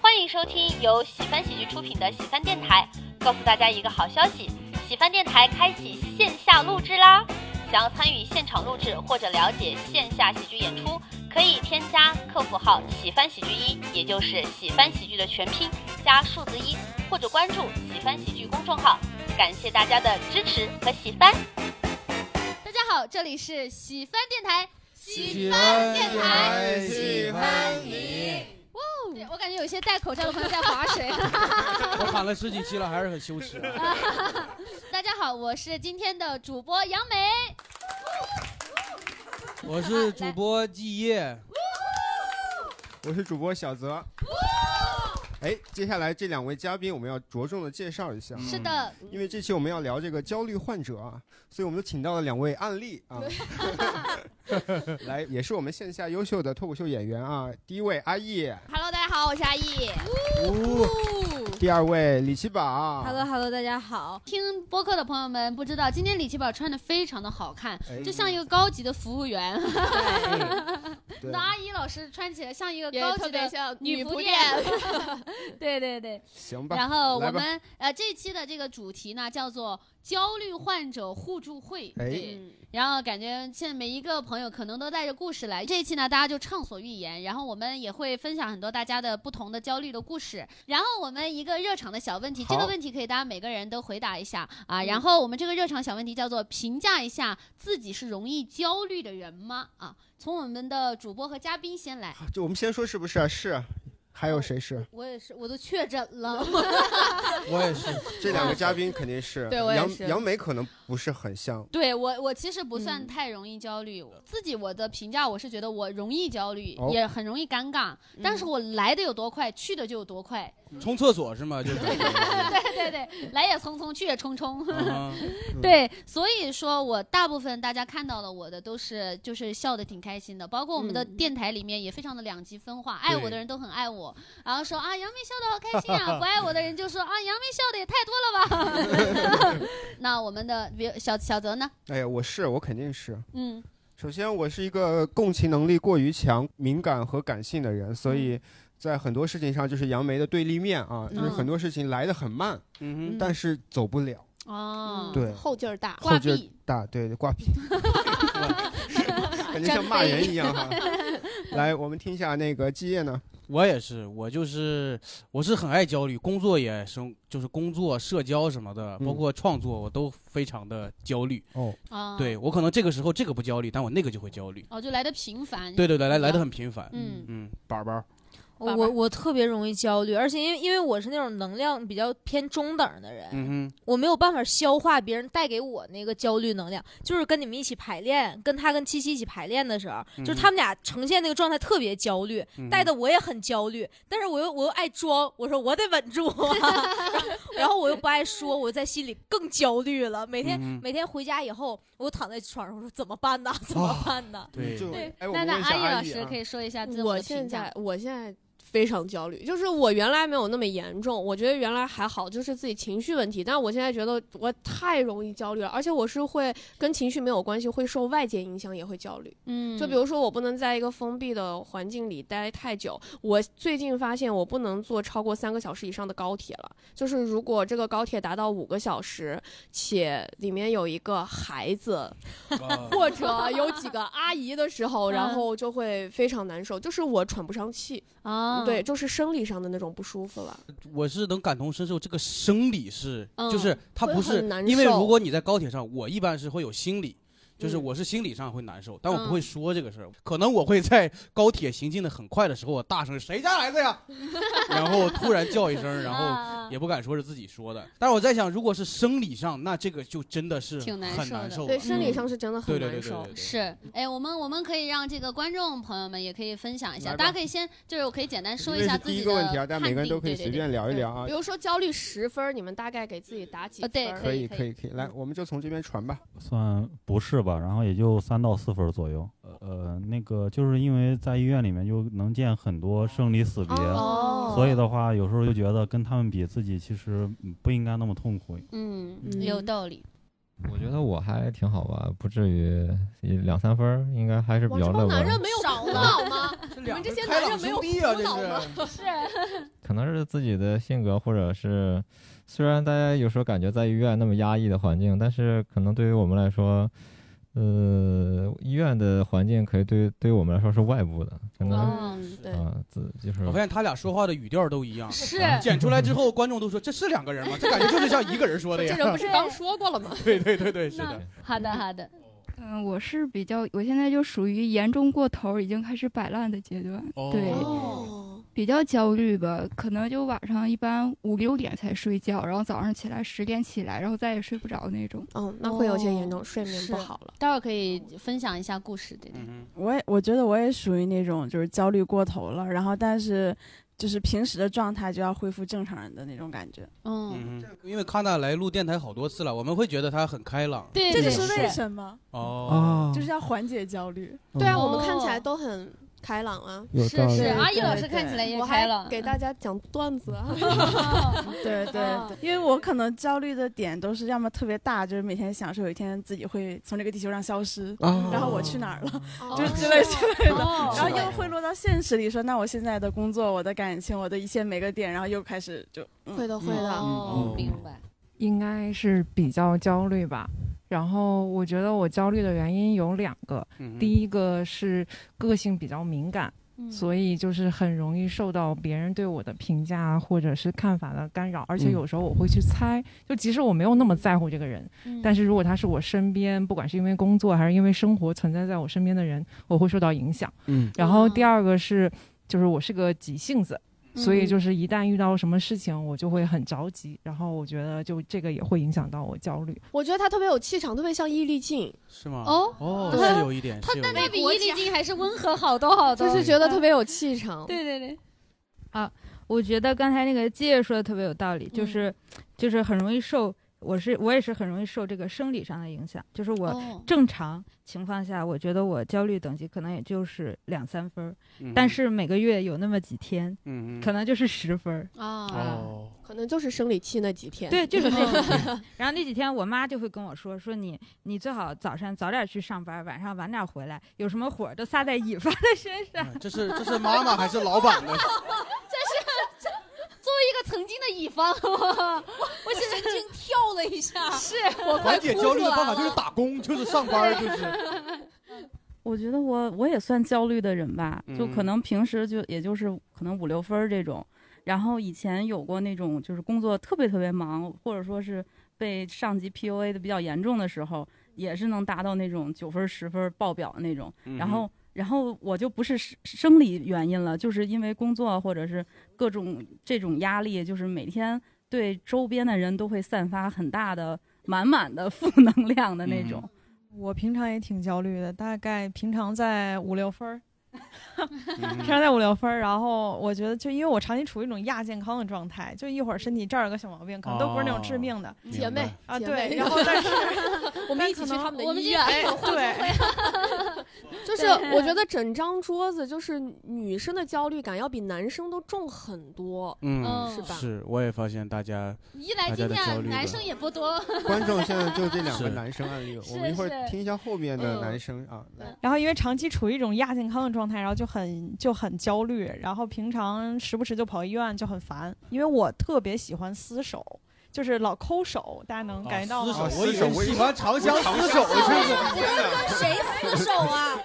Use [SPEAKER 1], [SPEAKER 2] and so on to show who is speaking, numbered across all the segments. [SPEAKER 1] 欢迎收听由喜翻喜剧出品的喜翻电台。告诉大家一个好消息，喜翻电台开启线下录制啦！想要参与现场录制或者了解线下喜剧演出，可以添加客服号“喜翻喜剧一”，也就是喜翻喜剧的全拼加数字一，或者关注喜翻喜剧公众号。感谢大家的支持和喜翻。
[SPEAKER 2] 大家好，这里是喜翻电台，
[SPEAKER 3] 喜欢电台，喜欢你。
[SPEAKER 4] 嗯
[SPEAKER 2] 对我感觉有一些戴口罩的朋友在划水。
[SPEAKER 3] 我喊了十几期了，还是很羞耻、 啊。
[SPEAKER 2] 大家好，我是今天的主播杨梅。
[SPEAKER 3] 我是主播季夜，
[SPEAKER 5] 我是主播小泽。哎，接下来这两位嘉宾我们要着重的介绍一下，啊
[SPEAKER 2] 是的，
[SPEAKER 3] 嗯
[SPEAKER 5] 因为这期我们要聊这个焦虑患者啊，所以我们就请到了两位案例 啊，来也是我们线下优秀的脱口秀演员啊。第一位阿易，
[SPEAKER 4] Hello，大家好，我是阿易。
[SPEAKER 5] 第二位李奇宝。
[SPEAKER 4] Hello，Hello，大家好。
[SPEAKER 2] 听播客的朋友们不知道，今天李奇宝穿的非常的好看，
[SPEAKER 5] 哎
[SPEAKER 2] 就像一个高级的服务员。
[SPEAKER 5] 对
[SPEAKER 2] 那阿一老师穿起来像一个
[SPEAKER 4] 也
[SPEAKER 2] 高
[SPEAKER 4] 特
[SPEAKER 2] 级
[SPEAKER 4] 别
[SPEAKER 2] 的
[SPEAKER 4] 像
[SPEAKER 2] 女
[SPEAKER 4] 仆
[SPEAKER 2] 仆
[SPEAKER 4] 店，
[SPEAKER 2] 对对对。
[SPEAKER 5] 行吧，
[SPEAKER 2] 然后
[SPEAKER 5] 来
[SPEAKER 2] 我
[SPEAKER 5] 吧
[SPEAKER 2] 们呃这期的这个主题呢叫做焦虑患者互助会。
[SPEAKER 5] 哎
[SPEAKER 2] 对
[SPEAKER 4] 嗯
[SPEAKER 2] 然后感觉现在每一个朋友可能都带着故事来，这一期呢大家就畅所欲言，然后我们也会分享很多大家的不同的焦虑的故事，然后我们一个热场的小问题，
[SPEAKER 5] 好嗯
[SPEAKER 2] 这个问题可以大家每个人都回答一下啊，然后我们这个热场小问题叫做评价一下自己是容易焦虑的人吗？啊，从我们的主播和嘉宾先来，
[SPEAKER 5] 就我们先说是不是啊？是，还有谁是？
[SPEAKER 4] 我也是，我都确诊 了。
[SPEAKER 3] 我也是。
[SPEAKER 5] 这两个嘉宾肯定是。
[SPEAKER 4] 对我也
[SPEAKER 5] 杨
[SPEAKER 4] 是
[SPEAKER 5] 杨梅可能不是很像。
[SPEAKER 2] 对我，我其实不算
[SPEAKER 4] 嗯
[SPEAKER 2] 太容易焦虑。我自己我的评价，我是觉得我容易焦虑，
[SPEAKER 5] 哦
[SPEAKER 2] 也很容易尴尬。但是我来的有多快，去的就有多快。
[SPEAKER 3] 冲厕所是吗？就是。
[SPEAKER 2] 对对对，来也匆匆，去也匆匆。
[SPEAKER 3] 啊
[SPEAKER 2] 对，所以说我大部分大家看到了我的都是就是笑的挺开心的，包括我们的
[SPEAKER 4] 嗯
[SPEAKER 2] 电台里面也非常的两极分化，爱我
[SPEAKER 5] 对
[SPEAKER 2] 的人都很爱我，然后说啊杨梅笑的好开心啊，不爱我的人就说啊杨梅笑的也太多了吧。 那我们的比如小小泽呢？
[SPEAKER 5] 哎呀，我是，我肯定是。
[SPEAKER 2] 嗯，
[SPEAKER 5] 首先，我是一个共情能力过于强、敏感和感性的人，所以在很多事情上就是杨梅的对立面啊，就是
[SPEAKER 2] 嗯
[SPEAKER 5] 很多事情来的很慢，
[SPEAKER 3] 嗯
[SPEAKER 5] 但是走不了，
[SPEAKER 2] 哦，
[SPEAKER 5] 对
[SPEAKER 4] 后劲儿大。
[SPEAKER 2] 挂
[SPEAKER 5] 后劲儿
[SPEAKER 2] 壁
[SPEAKER 5] 大，对 对，挂壁，感觉像骂人一 样哈。来，我们听一下那个基业呢，
[SPEAKER 3] 哼，我也是，我就是我是很爱焦虑，工作也生就是工作、社交什么的，
[SPEAKER 5] 嗯
[SPEAKER 3] 包括创作，我都非常的焦虑。
[SPEAKER 5] 哦，
[SPEAKER 2] 哦，
[SPEAKER 3] 对我可能这个时候这个不焦虑，但我那个就会焦虑。
[SPEAKER 2] 哦，就来的频繁。
[SPEAKER 3] 对对对，来来的很频繁。
[SPEAKER 2] 嗯
[SPEAKER 3] 嗯，宝宝，
[SPEAKER 2] 爸
[SPEAKER 4] 我
[SPEAKER 2] 爸
[SPEAKER 4] 我我特别容易焦虑，而且因为因为我是那种能量比较偏中等的人，
[SPEAKER 3] 嗯
[SPEAKER 4] 我没有办法消化别人带给我那个焦虑能量。就是跟你们一起排练，跟他跟七七一起排练的时候，
[SPEAKER 3] 嗯
[SPEAKER 4] 就是他们俩呈现那个状态特别焦虑，
[SPEAKER 3] 哼，
[SPEAKER 4] 带的我也很焦虑，但是我又我又爱装，我说我得稳住、啊 然后我又不爱说，我在心里更焦虑了。每天、
[SPEAKER 3] 嗯哼
[SPEAKER 4] 每天回家以后，我躺在床上，我说怎么办呢？怎么办呢？
[SPEAKER 3] 哦对，
[SPEAKER 5] 就
[SPEAKER 4] 对
[SPEAKER 5] 哎，我
[SPEAKER 2] 那
[SPEAKER 5] 们
[SPEAKER 2] 那
[SPEAKER 5] 问一下
[SPEAKER 2] 安逸
[SPEAKER 5] 阿
[SPEAKER 2] 老
[SPEAKER 5] 姨
[SPEAKER 2] 师
[SPEAKER 5] 啊
[SPEAKER 2] 可，以说一下自我
[SPEAKER 6] 我
[SPEAKER 2] 的
[SPEAKER 6] 现
[SPEAKER 2] 评价
[SPEAKER 6] 在。我现在非常焦虑，就是我原来没有那么严重，我觉得原来还好，就是自己情绪问题，但我现在觉得我太容易焦虑了，而且我是会跟情绪没有关系，会受外界影响也会焦虑。
[SPEAKER 2] 嗯，
[SPEAKER 6] 就比如说，我不能在一个封闭的环境里待太久。我最近发现，我不能坐超过三个小时以上的高铁了。就是如果这个高铁达到五个小时，且里面有一个孩子，
[SPEAKER 3] 啊
[SPEAKER 6] 或者有几个阿姨的 时候，
[SPEAKER 2] 嗯
[SPEAKER 6] 然后就会非常难受，就是我喘不上气，
[SPEAKER 2] 啊，
[SPEAKER 6] 对，，就是生理上的那种不舒服了。
[SPEAKER 3] 我是能感同身受，这个生理是，
[SPEAKER 2] 嗯
[SPEAKER 3] 就是它
[SPEAKER 6] 会
[SPEAKER 3] 不是
[SPEAKER 6] 很难，
[SPEAKER 3] 因为
[SPEAKER 6] 受
[SPEAKER 3] 如果你在高铁上，我一般是会有心理，就是
[SPEAKER 6] 嗯
[SPEAKER 3] 我是心理上会难受，但我不会
[SPEAKER 2] 嗯
[SPEAKER 3] 说这个事儿，可能我会在高铁行进的很快的时候，我大声谁家孩子呀，然后突然叫一声，然
[SPEAKER 6] 啊
[SPEAKER 3] 后
[SPEAKER 2] 后
[SPEAKER 3] 也不敢说是自己说的，但是我在想，如果是生理上，那这个就真的是
[SPEAKER 2] 挺难
[SPEAKER 3] 很
[SPEAKER 2] 受
[SPEAKER 3] 难
[SPEAKER 2] 的
[SPEAKER 3] 受
[SPEAKER 6] 对，
[SPEAKER 3] 了
[SPEAKER 6] 生理
[SPEAKER 2] 嗯
[SPEAKER 6] 上是真的很
[SPEAKER 3] 对对对
[SPEAKER 6] 难
[SPEAKER 3] 对
[SPEAKER 6] 受。
[SPEAKER 3] 对对，
[SPEAKER 2] 是，哎，我们我们可以让这个观众朋友们也可以分享一下，
[SPEAKER 3] 来吧
[SPEAKER 2] 大家可以先就是我可以简单说
[SPEAKER 5] 因为
[SPEAKER 2] 一下
[SPEAKER 5] 是
[SPEAKER 2] 自
[SPEAKER 5] 第
[SPEAKER 2] 己
[SPEAKER 5] 一
[SPEAKER 2] 的
[SPEAKER 5] 个问题啊，大家每个
[SPEAKER 2] 判
[SPEAKER 5] 人
[SPEAKER 2] 定
[SPEAKER 5] 都可以
[SPEAKER 2] 对对
[SPEAKER 5] 随
[SPEAKER 2] 对
[SPEAKER 5] 便聊一
[SPEAKER 2] 对
[SPEAKER 5] 聊啊
[SPEAKER 6] 比，如说焦虑十分儿，你们大概给自己打几
[SPEAKER 2] 呃
[SPEAKER 6] 分
[SPEAKER 2] 对
[SPEAKER 6] 儿？
[SPEAKER 2] 可以嗯
[SPEAKER 5] 以
[SPEAKER 2] 可
[SPEAKER 5] 可以可以，来，我们就从这边传吧，
[SPEAKER 7] 算不是吧，然后也就三到四分儿左右。呃呃，那个就是因为在医院里面就能见很多生离死别，
[SPEAKER 6] 哦
[SPEAKER 7] 所以的话有时候就觉得跟他们比，自己其实嗯不应该那么痛苦。
[SPEAKER 2] 嗯，
[SPEAKER 6] 嗯
[SPEAKER 2] 有道理。
[SPEAKER 8] 我觉得我还挺好吧，不至于一两三分儿，应该还是比
[SPEAKER 6] 王
[SPEAKER 8] 较
[SPEAKER 6] 超
[SPEAKER 8] 乐
[SPEAKER 6] 男
[SPEAKER 8] 观。
[SPEAKER 6] 人没有
[SPEAKER 4] 少
[SPEAKER 6] 苦
[SPEAKER 4] 了
[SPEAKER 6] 恼 吗？
[SPEAKER 3] 你
[SPEAKER 6] 们这些男人没有
[SPEAKER 3] 啊，
[SPEAKER 6] 苦
[SPEAKER 3] 这
[SPEAKER 6] 恼
[SPEAKER 3] 是。
[SPEAKER 8] 可能是自己的性格，或者是虽然大家有时候感觉在医院那么压抑的环境，但是可能对于我们来说，呃，医院的环境可以对对于我们来说是外部的，可能啊、
[SPEAKER 2] 嗯，
[SPEAKER 6] 对，
[SPEAKER 8] 自就是
[SPEAKER 3] 我发现他俩说话的语调都一样，
[SPEAKER 2] 是
[SPEAKER 3] 剪出来之后，观众都说这是两个人吗？这感觉就是像一个人说的
[SPEAKER 6] 这
[SPEAKER 3] 呀。
[SPEAKER 6] 人不是刚说过了吗？
[SPEAKER 3] 对对对对，是的
[SPEAKER 2] 那。好的好的，
[SPEAKER 9] 嗯，我是比较，我现在就属于严重过头儿，已经开始摆烂的阶段，
[SPEAKER 3] 哦
[SPEAKER 9] 对
[SPEAKER 6] 哦，
[SPEAKER 9] 比较焦虑吧。可能就晚上一般五六点才睡觉，然后早上起来十点起来，然后再也睡不着那种。
[SPEAKER 6] 嗯，那会有些严
[SPEAKER 2] 哦
[SPEAKER 6] 重睡眠
[SPEAKER 2] 是
[SPEAKER 6] 不好了。
[SPEAKER 2] 待会儿可以分享一下故事，对对。
[SPEAKER 3] 嗯
[SPEAKER 10] 我也我觉得我也属于那种就是焦虑过头了，然后但是就是平时的状态就要恢复正常人的那种感觉。
[SPEAKER 2] 嗯，
[SPEAKER 3] 嗯，因为康纳来录电台好多次了，我们会觉得他很开朗。
[SPEAKER 2] 对，
[SPEAKER 10] 这
[SPEAKER 2] 对
[SPEAKER 10] 就是为什么，
[SPEAKER 3] 哦，
[SPEAKER 10] 就是要缓解焦虑。
[SPEAKER 6] 对啊，
[SPEAKER 2] 哦
[SPEAKER 6] 我们看起来都很开朗啊。
[SPEAKER 5] 有
[SPEAKER 2] 是是，
[SPEAKER 10] 对
[SPEAKER 2] 阿姨老
[SPEAKER 10] 对
[SPEAKER 2] 师看起来也
[SPEAKER 6] 我
[SPEAKER 2] 开
[SPEAKER 6] 还
[SPEAKER 2] 朗，
[SPEAKER 6] 给大家讲段子 啊，
[SPEAKER 10] 对对
[SPEAKER 2] 哦
[SPEAKER 10] 对，因为我可能焦虑的点都是要么特别大，就是每天想说有一天自己会从这个地球上消失，
[SPEAKER 5] 啊
[SPEAKER 10] 然后我去哪儿了，
[SPEAKER 6] 哦
[SPEAKER 10] 就是之类之类的。
[SPEAKER 2] 哦
[SPEAKER 10] 然后又会落到现实里说，那我现在的工作、我的感情、我的一切每个点，然后又开始就
[SPEAKER 6] 会的会的。
[SPEAKER 2] 哦
[SPEAKER 3] 嗯，
[SPEAKER 2] 明白。
[SPEAKER 11] 应该是比较焦虑吧。然后我觉得我焦虑的原因有两个，第
[SPEAKER 3] 一，
[SPEAKER 11] 一个是个性比较敏感，所以就是很容易受到别人对我的评价或者是看法的干扰，而且
[SPEAKER 3] 嗯
[SPEAKER 11] 有时候我会去猜，就即使我没有那么在乎这个人，
[SPEAKER 2] 嗯
[SPEAKER 11] 但是如果他是我身边，不管是因为工作还是因为生活存在在我身边的人，我会受到影响。
[SPEAKER 3] 嗯
[SPEAKER 11] 然后第二个是，就是我是个急性子，所以
[SPEAKER 2] 嗯
[SPEAKER 11] 就是一旦遇到什么事情，我就会很着急。然后我觉得就这个也会影响到我焦虑。
[SPEAKER 6] 我觉得他特别有气场，特别像易立竞，
[SPEAKER 3] 是吗？
[SPEAKER 2] 哦
[SPEAKER 3] 哦，
[SPEAKER 2] 对
[SPEAKER 3] 是有一点，
[SPEAKER 2] 他
[SPEAKER 3] 是有一
[SPEAKER 2] 但
[SPEAKER 3] 点
[SPEAKER 2] 他比伊丽静还是 温和好多好多
[SPEAKER 6] 就。是觉得特别有气场。
[SPEAKER 2] 对对对，
[SPEAKER 9] 啊我觉得刚才那个季说的特别有道理，
[SPEAKER 2] 就
[SPEAKER 9] 就是是就是很容易受，我是我也是很容易受这个生理上的影响，就是我
[SPEAKER 2] 哦
[SPEAKER 9] 正常情况下，我觉得我焦虑等级可能也就是两三分儿，
[SPEAKER 3] 嗯
[SPEAKER 9] 但，是每个月有那么几天，
[SPEAKER 3] 嗯
[SPEAKER 9] 可能就是十分儿。
[SPEAKER 2] 啊，
[SPEAKER 3] 哦，
[SPEAKER 6] 嗯可能就是生理期那几天。
[SPEAKER 9] 对，就是那几天。 然后那几天，我妈就会跟我说：“说你你最好早上早点去上班，晚上晚点回来，有什么火儿都撒在乙方的身上。
[SPEAKER 3] 哎这是这是妈妈还是老板的？
[SPEAKER 2] 作为一个曾经的乙方，
[SPEAKER 4] 我神经跳了一下，
[SPEAKER 2] 是我快
[SPEAKER 3] 缓解
[SPEAKER 2] 哭
[SPEAKER 3] 焦
[SPEAKER 2] 出
[SPEAKER 3] 虑的
[SPEAKER 2] 来
[SPEAKER 3] 办法就
[SPEAKER 2] 了。
[SPEAKER 3] 是打工，就是上班，就是。
[SPEAKER 11] 我觉得我我也算焦虑的人吧，就可
[SPEAKER 3] 嗯
[SPEAKER 11] 能平时就也就是可能五六分儿这种，然后以前有过那种就是工作特别特别忙，或者说是被上级 PUA 的比较严重的时候，也是能达到那种九分儿十分儿爆表的那种。然后然后我就不是生生理原因了，就是因为工作或者是各种这种压力，就是每天对周边的人都会散发很大的满满的负能量的那种。
[SPEAKER 10] 我平常也挺焦虑的，大概平常在五六分儿，
[SPEAKER 3] 嗯
[SPEAKER 10] 平常在五六分儿。然后我觉得，就因为我长期处于一种亚健康的状态，就一会儿身体这儿有个小毛病，可能都不是那种致命的、
[SPEAKER 6] 姐妹
[SPEAKER 10] 啊，
[SPEAKER 6] 姐
[SPEAKER 10] 对。
[SPEAKER 6] 妹
[SPEAKER 10] 然后但是
[SPEAKER 6] 我们一起
[SPEAKER 10] 但可
[SPEAKER 6] 去
[SPEAKER 10] 能
[SPEAKER 6] 他们的
[SPEAKER 2] 我们
[SPEAKER 6] 医
[SPEAKER 2] 就
[SPEAKER 6] 院。
[SPEAKER 10] 哎，对，
[SPEAKER 6] 就是我觉得整张桌子，就是女生的焦虑感要比男生都重很多，
[SPEAKER 3] 嗯，
[SPEAKER 2] 嗯
[SPEAKER 6] 是吧？
[SPEAKER 3] 是，我也发现大家
[SPEAKER 2] 一来
[SPEAKER 3] 大
[SPEAKER 2] 今
[SPEAKER 3] 家的焦
[SPEAKER 2] 天啊
[SPEAKER 3] 虑
[SPEAKER 2] 男
[SPEAKER 3] 了
[SPEAKER 2] 生也不多，
[SPEAKER 5] 观众现在就这两个
[SPEAKER 3] 是
[SPEAKER 5] 男生案例，
[SPEAKER 2] 是
[SPEAKER 5] 我们一会儿
[SPEAKER 2] 是
[SPEAKER 5] 听一下后面的
[SPEAKER 6] 嗯
[SPEAKER 5] 男生啊，来，
[SPEAKER 10] 然后因为长期处于一种亚健康的状态，然后就很就很焦虑，然后平常时不时就跑医院，就很烦。因为我特别喜欢厮守，就是老抠手，大家能感觉到吗？
[SPEAKER 5] 啊
[SPEAKER 3] 哦我以为喜欢长相厮守，
[SPEAKER 4] 你是跟谁厮守 啊？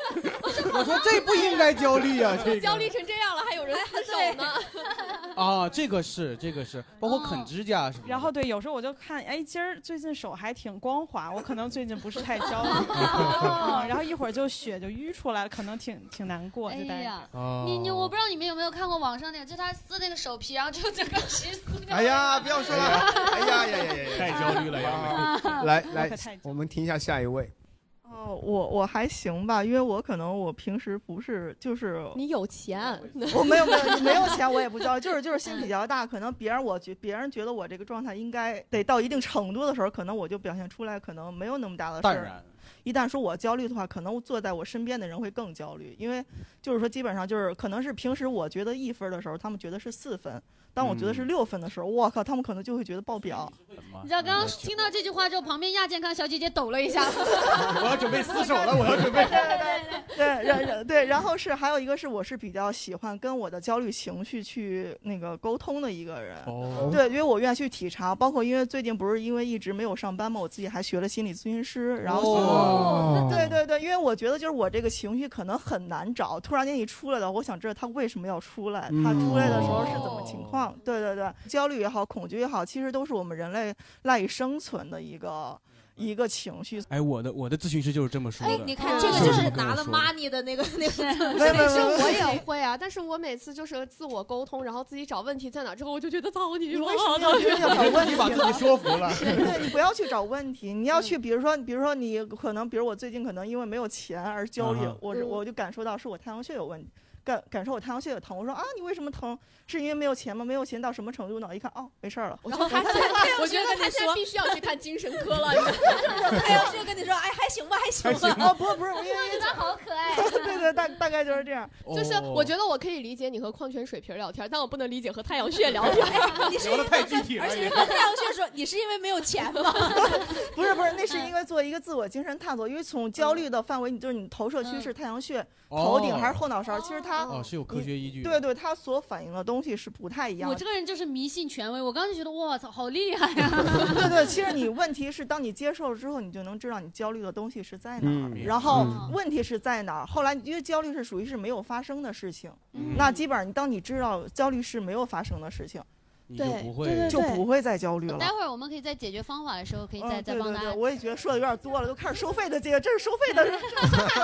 [SPEAKER 3] 我说这不应该焦虑啊， 这个
[SPEAKER 6] 焦虑成这样了，还有人厮守呢。
[SPEAKER 3] 啊，这个是这个是，包括啃指甲什么的。
[SPEAKER 10] 然后对，有时候我就看，哎，今儿最近手还挺光滑，我可能最近不是太 焦虑，嗯然后一会儿就血就淤出来了，可能挺挺难过，
[SPEAKER 2] 哎
[SPEAKER 10] 就待着。
[SPEAKER 2] 呀。
[SPEAKER 5] 哦
[SPEAKER 3] 哦
[SPEAKER 2] 你你我不知道你们有没有看过网上那个，就他撕那个手皮，然后就整个皮撕掉。
[SPEAKER 5] 哎呀，不要 说了，哎呀呀呀呀啊呀，
[SPEAKER 3] 太焦虑了呀！
[SPEAKER 5] 呀！ 来
[SPEAKER 10] 我
[SPEAKER 5] 来
[SPEAKER 10] 可，太焦
[SPEAKER 5] 我们听一下下一位，
[SPEAKER 12] 呃
[SPEAKER 11] 哦，我我还行吧，因为我可能我平时不是就是
[SPEAKER 6] 你有钱，
[SPEAKER 11] 我没有没有没有钱，我也不 焦虑，就是就是心
[SPEAKER 2] 嗯
[SPEAKER 11] 比较大，可能别人我觉别人觉得我这个状态应该得到一定程度的时候，可能我就表现出来，可能没有那么大的事
[SPEAKER 3] 淡
[SPEAKER 11] 儿。
[SPEAKER 3] 然，
[SPEAKER 12] 一旦说我焦虑的话，可能坐在我身边的人会更焦虑，因为
[SPEAKER 3] 嗯
[SPEAKER 12] 就是说基本上就是可能是平时我觉得一分的时候，他们觉得是四分；当我觉得
[SPEAKER 3] 嗯
[SPEAKER 12] 是六分的时候，我靠，他们可能就会觉得爆表。
[SPEAKER 2] 你知道刚刚听到这句话之后，旁边亚健康小姐姐抖了一下。
[SPEAKER 3] 我要准备厮守了，我要准备。
[SPEAKER 12] 对，然然对，然后是还有一个是我是比较喜欢跟我的焦虑情绪去那个沟通的一个人。
[SPEAKER 3] 哦
[SPEAKER 12] 对，因为我愿意去体察，包括因为最近不是因为一直没有上班嘛，我自己还学了心理咨询师，然后
[SPEAKER 3] 哦
[SPEAKER 12] 对对对，因为我觉得就是我这个情绪可能很难找，突然间一出来的，我想知道他为什么要出来，他出来的时候是怎么情况？对对对，焦虑也好，恐惧也好，其实都是我们人类赖以生存的一个一个情绪。
[SPEAKER 3] 哎，我的我的咨询师就是这么说的。
[SPEAKER 12] 你看
[SPEAKER 4] 这个
[SPEAKER 3] 就
[SPEAKER 4] 就是是
[SPEAKER 3] 这么跟
[SPEAKER 4] 拿
[SPEAKER 3] 我
[SPEAKER 4] 了
[SPEAKER 3] 说的
[SPEAKER 4] money 的那个那个，
[SPEAKER 6] 但是我也会啊，但是我每次就是自我沟通，然后自己找问题在哪之后，我就觉得操你
[SPEAKER 12] 为什么 要去找问题？
[SPEAKER 3] 哦你把自己说服了 嗯
[SPEAKER 12] 对你不要去找问题，你要去，比如说，比如说你可能，比如我最近可能因为没有钱而焦虑
[SPEAKER 3] 啊哈，
[SPEAKER 12] 我是我就感受到是我太阳穴有问题。感感受我太阳穴有疼，我说啊，你为什么疼？是因为没有钱吗？没有钱到什么程度呢？一看哦，没事儿了。
[SPEAKER 6] 然后他
[SPEAKER 12] 我就
[SPEAKER 6] 现在 我觉得
[SPEAKER 4] 跟
[SPEAKER 6] 他
[SPEAKER 4] 你
[SPEAKER 6] 现在
[SPEAKER 4] 说
[SPEAKER 6] 必须要去看精神科 了。
[SPEAKER 4] 他要是跟你说，哎，还行吧，还行吧。
[SPEAKER 12] 哦，不是不是，因为
[SPEAKER 4] 觉得好可 爱
[SPEAKER 12] 对对，大大概就是这样。
[SPEAKER 6] 就是
[SPEAKER 13] 哦
[SPEAKER 6] 我觉得我可以理解你和矿泉水瓶聊天，但我不能理解和太阳穴聊天。
[SPEAKER 4] 你是因为
[SPEAKER 3] 太具体了
[SPEAKER 4] 而且和太阳穴 说，你是因为没有钱吗？
[SPEAKER 12] 不是不是，那是因为做一个自我精神探索，因为从焦虑的范围，你就是你投射区是太阳穴、头顶
[SPEAKER 3] 哦
[SPEAKER 12] 还是后脑勺，其实它
[SPEAKER 3] 哦是有科学依据的
[SPEAKER 12] 对对，它所反映的东西是不太一样的。
[SPEAKER 2] 我这个人就是迷信权威，我刚才觉得我操，好厉害啊呀、
[SPEAKER 12] 对对，其实你问题是，当你接受了之后，你就能知道你焦虑的东西是在哪儿，
[SPEAKER 3] 嗯
[SPEAKER 12] 然后
[SPEAKER 3] 嗯
[SPEAKER 12] 问题是在哪儿。后来，因为焦虑是属于是没有发生的事情，
[SPEAKER 3] 嗯
[SPEAKER 12] 那基本上你当你知道焦虑是没有发生的事情，
[SPEAKER 3] 你就不会
[SPEAKER 12] 就不会再焦虑了。
[SPEAKER 2] 待会儿我们可以在解决方法的时候，可以再、
[SPEAKER 12] 嗯
[SPEAKER 2] 再
[SPEAKER 12] 对
[SPEAKER 2] 帮
[SPEAKER 12] 对
[SPEAKER 2] 大
[SPEAKER 12] 对，
[SPEAKER 2] 家。
[SPEAKER 12] 我也觉得说的有点多了，都开始收费的阶段，这是收费 的。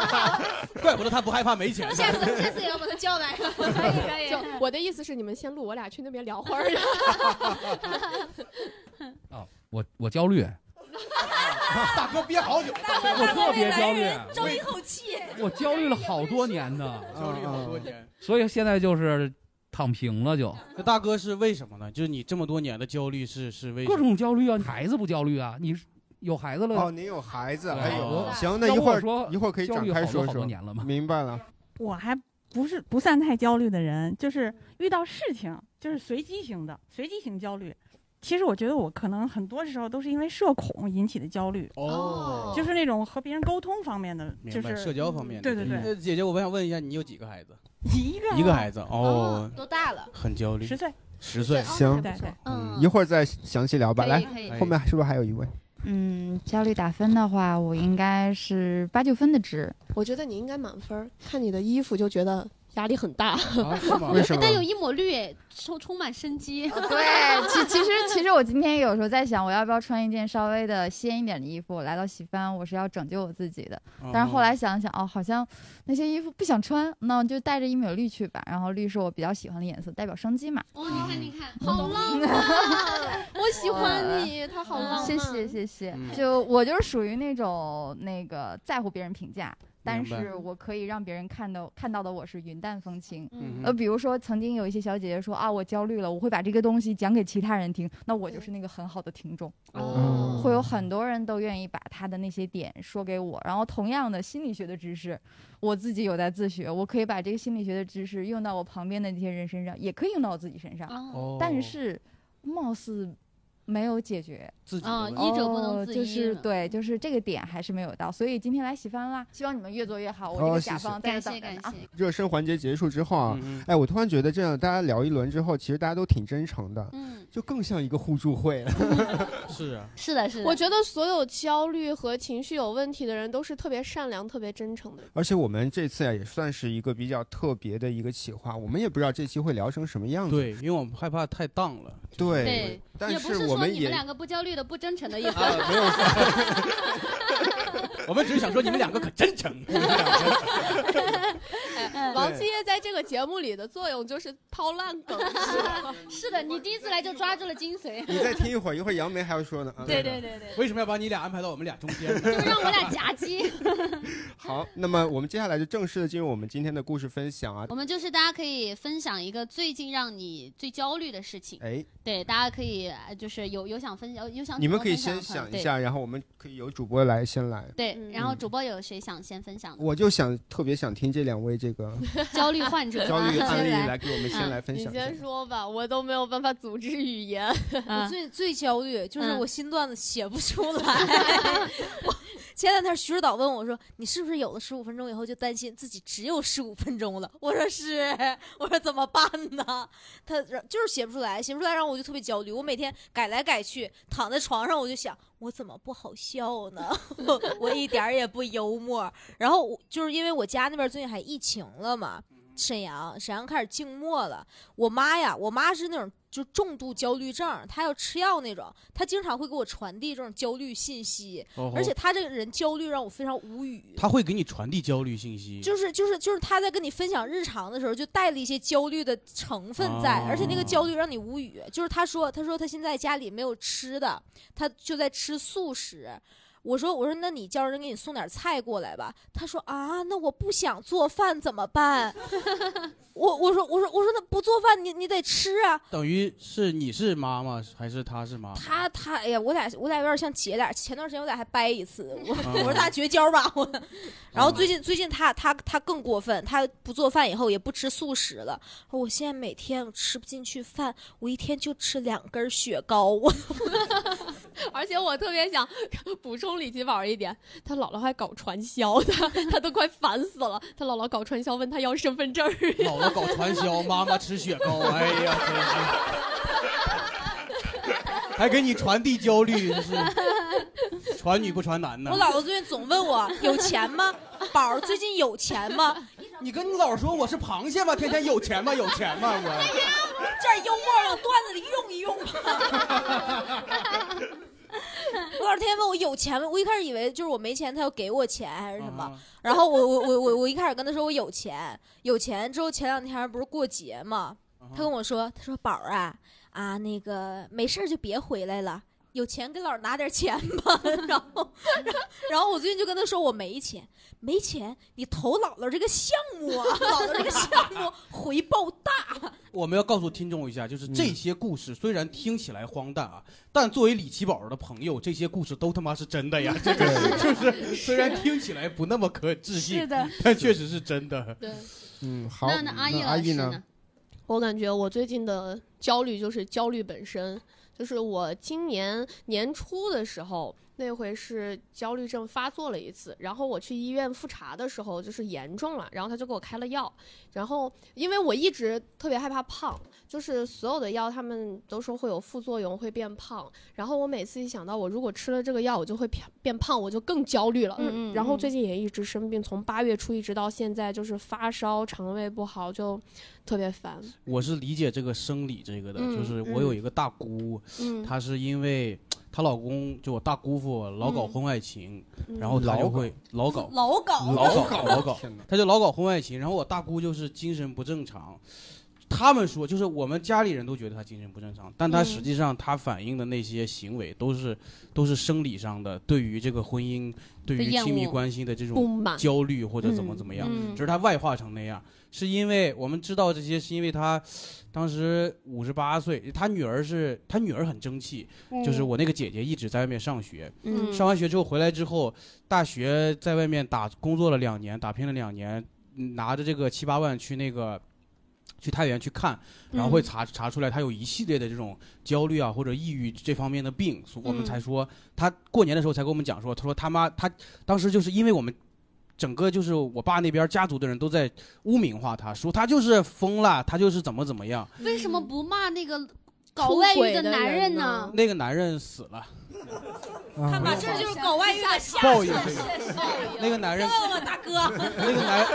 [SPEAKER 3] 怪不得他不害怕没钱呢。
[SPEAKER 6] 下 次也要把他叫来，可以可以。就我的意思是，你们先录，我俩去那边聊会儿。
[SPEAKER 14] 我我焦虑，
[SPEAKER 3] 大哥憋好久，
[SPEAKER 14] 我特别焦虑，
[SPEAKER 4] 争一口气。
[SPEAKER 14] 我焦虑了好多年呢，嗯
[SPEAKER 3] 焦虑好多年。
[SPEAKER 14] 所以现在就是躺平了就，
[SPEAKER 3] 那大哥是为什么呢？就是你这么多年的焦虑是是为什
[SPEAKER 14] 各
[SPEAKER 3] 么？
[SPEAKER 14] 种焦虑啊，你孩子不焦虑啊？你是有孩子了？
[SPEAKER 5] 哦，您有孩子，
[SPEAKER 14] 对
[SPEAKER 5] 哎
[SPEAKER 14] 有
[SPEAKER 5] 呦，
[SPEAKER 14] 孩子
[SPEAKER 5] 行，那
[SPEAKER 14] 要
[SPEAKER 5] 一
[SPEAKER 14] 不
[SPEAKER 5] 会
[SPEAKER 14] 我
[SPEAKER 5] 儿
[SPEAKER 14] 说
[SPEAKER 5] 一会儿可以
[SPEAKER 14] 焦
[SPEAKER 5] 展
[SPEAKER 14] 虑
[SPEAKER 5] 开
[SPEAKER 14] 好多
[SPEAKER 5] 说
[SPEAKER 14] 好多
[SPEAKER 5] 说。
[SPEAKER 14] 年了嘛
[SPEAKER 5] 明白了，
[SPEAKER 15] 我还不是不算太焦虑的人，就是遇到事情就是随机型的，随机型焦虑。其实我觉得我可能很多时候都是因为社恐引起的焦虑，
[SPEAKER 3] 哦
[SPEAKER 15] 就是那种和别人沟通方面的，
[SPEAKER 3] 明
[SPEAKER 15] 就
[SPEAKER 3] 白，
[SPEAKER 15] 是
[SPEAKER 3] 社交方面的。
[SPEAKER 15] 对对
[SPEAKER 3] 那
[SPEAKER 15] 对，
[SPEAKER 3] 姐姐，我想问一下，你有几个孩子？
[SPEAKER 15] 一
[SPEAKER 5] 啊
[SPEAKER 15] 个
[SPEAKER 3] 一个孩子哦，
[SPEAKER 2] 多大了？
[SPEAKER 3] 很焦虑。
[SPEAKER 15] 十岁，
[SPEAKER 3] 十岁，
[SPEAKER 5] 行，嗯一会儿再详细聊吧。
[SPEAKER 13] 可以
[SPEAKER 5] 来
[SPEAKER 13] 可以，
[SPEAKER 5] 后面是不是还有一位？
[SPEAKER 13] 嗯，焦虑打分的话，我应该是八九分的值。
[SPEAKER 6] 我觉得你应该满 分儿，看你的衣服就觉得压力很大。
[SPEAKER 13] 啊为什么
[SPEAKER 2] 但有一抹绿，哎充充满生机。
[SPEAKER 13] 对，其其实 其实我今天有时候在想，我要不要穿一件稍微的鲜一点的衣服来到喜番，我是要拯救我自己的。但是后来想想，哦，好像那些衣服不想穿，那我就带着一抹绿去吧。然后绿是我比较喜欢的颜色，代表生机嘛。
[SPEAKER 2] 哦，你看你看， 好浪漫，啊 我喜欢你，他好浪 漫。
[SPEAKER 13] 谢谢谢谢
[SPEAKER 2] 嗯，
[SPEAKER 13] 就我就是属于那种那个在乎别人评价。但
[SPEAKER 2] 明白
[SPEAKER 13] 是我可以让别人看到看到的我是云淡风轻，
[SPEAKER 2] 嗯
[SPEAKER 13] 呃，比如说曾经有一些小姐姐说啊，我焦虑了，我会把这个东西讲给其他人听，那我就是那个很好的听众，
[SPEAKER 14] 哦
[SPEAKER 13] 会有很多人都愿意把她的那些点说给我，然后同样的心理学的知识，我自己有在自学，我可以把这个心理学的知识用到我旁边的那些人身上，也可以用到我自己身上，
[SPEAKER 2] 哦
[SPEAKER 13] 但是貌似没有解决哦
[SPEAKER 3] 自
[SPEAKER 2] 己的啊问题医者不能自
[SPEAKER 13] 就
[SPEAKER 2] 医
[SPEAKER 13] 是
[SPEAKER 2] 了
[SPEAKER 13] 对，就是这个点还是没有到，所以今天来喜番啦，希望你们越做越好，我这
[SPEAKER 5] 哦
[SPEAKER 13] 个
[SPEAKER 5] 谢
[SPEAKER 13] 甲
[SPEAKER 5] 谢
[SPEAKER 13] 方在这等着呢啊。
[SPEAKER 5] 热身环节结束之后啊，哎，我突然觉得这样大家聊一轮之后，其实大家都挺真诚的，
[SPEAKER 13] 嗯
[SPEAKER 5] 就更像一个互助会 了。
[SPEAKER 3] 是啊，
[SPEAKER 2] 是的，是
[SPEAKER 6] 我觉得所有焦虑和情绪有问题的人都是特别善良、特别真诚的。
[SPEAKER 5] 而且我们这次啊，也算是一个比较特别的一个企划，我们也不知道这期会聊成什么样子。
[SPEAKER 3] 对，因为我们害怕太荡了。
[SPEAKER 5] 对，
[SPEAKER 2] 对，
[SPEAKER 5] 但
[SPEAKER 2] 也不是
[SPEAKER 5] 我
[SPEAKER 2] 说
[SPEAKER 5] 们
[SPEAKER 2] 你们
[SPEAKER 5] 也啊
[SPEAKER 2] 两个不焦虑的、不真诚的意思。
[SPEAKER 3] 啊 没有 我们只是想说你们两个可真诚。
[SPEAKER 16] 王七爷在这个节目里的作用就是抛烂梗。
[SPEAKER 2] 是的，你第一次来就抓住了精髓。
[SPEAKER 5] 你 再听一会儿，一会儿杨梅还要说呢。啊
[SPEAKER 2] 对对对对，
[SPEAKER 3] 为什么要把你俩安排到我们俩中间 呢？
[SPEAKER 2] 就让我俩夹击。
[SPEAKER 5] 好，那么我们接下来就正式的进入我们今天的故事分享啊
[SPEAKER 2] 我。们就是大家可以分享一个最近让你最焦虑的事情。
[SPEAKER 5] 哎，
[SPEAKER 2] 对，大家可以呃就是有有想分享，有想
[SPEAKER 5] 你们
[SPEAKER 2] 主播
[SPEAKER 5] 可以
[SPEAKER 2] 分享
[SPEAKER 5] 先
[SPEAKER 2] 的话
[SPEAKER 5] 想一
[SPEAKER 2] 对
[SPEAKER 5] 下，然后我们可以由主播来先来。
[SPEAKER 16] 嗯
[SPEAKER 2] 对，然后主播有谁想先分享的？
[SPEAKER 5] 我就想特别想听这两位这个
[SPEAKER 2] 焦虑患 者，
[SPEAKER 5] 焦虑案例
[SPEAKER 2] 先嗯
[SPEAKER 5] 来给我们先来 分
[SPEAKER 16] 你
[SPEAKER 5] 享一下。
[SPEAKER 16] 先说吧，我都没有办法组织语言。
[SPEAKER 4] 我最最焦虑就是
[SPEAKER 16] 嗯
[SPEAKER 4] 我新段子写不出来。我前两天徐指导问我说：“你是不是有了十五分钟以后就担心自己只有十五分钟了？” 我说是，我说怎么办呢？他就是写不出来，写不出来，然后我就特别焦虑。我每天改来改去，躺在床上我就想，我怎么不好笑呢？ 我我一点儿也不幽默。然后我就是因为我家那边最近还疫情了嘛，沈阳沈阳开始静默了。我妈呀，我妈是那种就重度焦虑症，她要吃药那种，她经常会给我传递这种焦虑信息，
[SPEAKER 3] 哦吼
[SPEAKER 4] 而且她这个人焦虑让我非常无语。
[SPEAKER 3] 他会给你传递焦虑信息，
[SPEAKER 4] 就是就是就是他在跟你分享日常的时候，就带了一些焦虑的成分在，
[SPEAKER 3] 哦
[SPEAKER 4] 而且那个焦虑让你无语。就是他说他说他现在家里没有吃的，他就在吃素食。我说我说那你叫人给你送点菜过来吧。他说啊，那我不想做饭怎么办？ 我我说我说我说那不做饭你你得吃啊。
[SPEAKER 3] 等于是你是妈妈还是他是妈妈？
[SPEAKER 4] 他他哎呀，我俩我俩有点像姐俩，前段时间我俩还掰一次，我
[SPEAKER 3] 啊
[SPEAKER 4] 我说咱俩绝交吧我。 然后最近最近他他他更过分，他不做饭以后也不吃素食了。我现在每天我吃不进去饭，我一天就吃两根雪糕。我
[SPEAKER 16] 而且我特别想补充李奇宝一点，他姥姥还搞传销的， 他都快烦死了。他姥姥搞传销，问他要身份证儿。
[SPEAKER 3] 姥姥搞传销，妈妈吃雪 糕，哎呀，真是，还给你传递焦虑，真 是传女不传男呢。
[SPEAKER 4] 我姥姥最近总问我有钱吗？宝儿最近有钱吗？
[SPEAKER 3] 你跟你姥说我是螃蟹吗？天天有钱吗？有钱吗？我
[SPEAKER 4] 哎这幽默让段子里用一用吧。 我老师天天问我有钱吗？我一开始以为就是我没钱，他要给我钱还是什么。然后我我我我我一开始跟他说我有钱，有钱之后前两天不是过节嘛，
[SPEAKER 3] 嗯
[SPEAKER 4] 他跟我说，他说宝儿啊啊那个没事儿就别回来了。有钱给老师拿点钱吧， 然后，然后，然后我最近就跟他说我没钱，没钱，你投姥姥这个项目啊，姥姥这个项目回报大，
[SPEAKER 3] 我们要告诉听众一下，就是这些故事虽然听起来荒诞啊，但作为李奇宝的朋友，这些故事都他妈是真的 呀，这个就是虽然听起来不那么可置信
[SPEAKER 16] 是的，
[SPEAKER 3] 但确实是真 的。
[SPEAKER 16] 对，
[SPEAKER 5] 嗯，好。
[SPEAKER 16] 那那阿姨老师
[SPEAKER 5] 呢
[SPEAKER 16] 呢？我感觉我最近的焦虑就是焦虑本身，就是我今年年初的时候，那回是焦虑症发作了一次，然后我去医院复查的时候就是严重了，然后他就给我开了药，然后因为我一直特别害怕胖，就是所有的药他们都说会有副作用，会变胖，然后我每次一想到我如果吃了这个药我就会变变胖，我就更焦虑了，
[SPEAKER 17] 嗯嗯
[SPEAKER 16] 然
[SPEAKER 17] 嗯
[SPEAKER 16] 后最近也一直生病，从八月初一直到现在，就是发烧、肠胃不好，就特别烦。
[SPEAKER 3] 我是理解这个生理这个的，
[SPEAKER 16] 嗯
[SPEAKER 3] 就是我有一个大姑，
[SPEAKER 16] 嗯
[SPEAKER 3] 她是因为她老公就我大姑父老搞
[SPEAKER 14] 嗯
[SPEAKER 3] 婚外情，
[SPEAKER 14] 嗯
[SPEAKER 3] 然后她就会老搞
[SPEAKER 14] 老搞老
[SPEAKER 3] 老搞
[SPEAKER 14] 搞
[SPEAKER 3] 老搞
[SPEAKER 14] 天哪，
[SPEAKER 3] 她就老搞婚外情，然后我大姑就是精神不正常。他们说，就是我们家里人都觉得她精神不正常，但她
[SPEAKER 14] 嗯
[SPEAKER 3] 实际上她反映的那些行为都是都是生理上的，对于这个婚姻、对
[SPEAKER 16] 的
[SPEAKER 3] 于
[SPEAKER 16] 厌
[SPEAKER 3] 亲密
[SPEAKER 16] 恶
[SPEAKER 3] 关系的这
[SPEAKER 16] 不
[SPEAKER 3] 种
[SPEAKER 16] 满
[SPEAKER 3] 焦虑或者怎么怎么样
[SPEAKER 16] 嗯，嗯
[SPEAKER 3] 只是她外化成那样，是因为我们知道这些，是因为她当时五十八岁，她女儿是她女儿很争气，
[SPEAKER 14] 嗯
[SPEAKER 3] 就是我那个姐姐一直在外面上学，
[SPEAKER 14] 嗯
[SPEAKER 3] 上完学之后回来之后，大学在外面打工作了两年，打拼了两年，嗯拿着这个七八万去那个。去太原去看，然后会
[SPEAKER 14] 嗯
[SPEAKER 3] 查查出来他有一系列的这种焦虑啊或者抑郁这方面的病，所以我们
[SPEAKER 14] 嗯
[SPEAKER 3] 才说他过年的时候才跟我们讲说，他说他妈他当时就是因为我们整个就是我爸那边家族的人都在污名化他，说他就是疯了，他就是怎么怎么样。
[SPEAKER 2] 为什么不骂那个搞
[SPEAKER 16] 出
[SPEAKER 2] 外遇
[SPEAKER 16] 轨
[SPEAKER 2] 的
[SPEAKER 16] 的
[SPEAKER 2] 男
[SPEAKER 16] 人
[SPEAKER 2] 人
[SPEAKER 16] 呢
[SPEAKER 2] 呢？
[SPEAKER 3] 那个男人死了，
[SPEAKER 14] 嗯他
[SPEAKER 4] 妈这就是 搞外遇的下
[SPEAKER 3] 嗯报应
[SPEAKER 4] 下
[SPEAKER 3] 这个
[SPEAKER 4] 下下
[SPEAKER 3] 那个男人
[SPEAKER 4] 报应啊大哥，
[SPEAKER 3] 那个男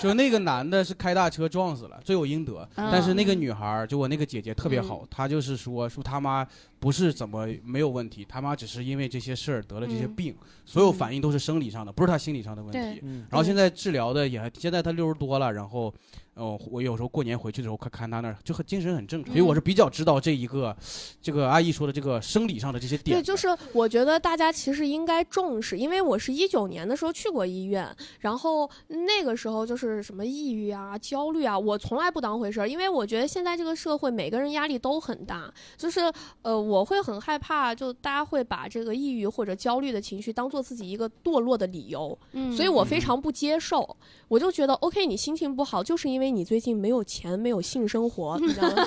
[SPEAKER 3] 就那个男的是开大车撞死了，罪有应得。
[SPEAKER 18] 嗯
[SPEAKER 3] 但是那个女孩儿，就我那个姐姐特别好，她就是说说她妈不是怎么没有问题，她妈只是因为这些事儿得了这些
[SPEAKER 18] 嗯
[SPEAKER 3] 病，所有反应都是生理上的，不是她心理上的问
[SPEAKER 18] 对
[SPEAKER 3] 题
[SPEAKER 18] 嗯。
[SPEAKER 3] 然后现在治疗的也还，现在她六十多了，然后。哦，我有时候过年回去的时候，看看她那儿就很精神很正常，因为我是
[SPEAKER 18] 嗯
[SPEAKER 3] 比较知道这一个，这个阿姨说的这个生理上的这些点
[SPEAKER 16] 对，就是我觉得大家其实应该重视，因为我是一九年的时候去过医院，然后那个时候就是什么抑郁啊、焦虑啊，我从来不当回事儿，因为我觉得现在这个社会每个人压力都很大，就是呃，我会很害怕，就大家会把这个抑郁或者焦虑的情绪当做自己一个堕落的理由，
[SPEAKER 4] 嗯
[SPEAKER 16] 所以我非常不接受，我就觉得 OK，你心情不好就是因为你最近没有钱，没有性生活，你知道吗？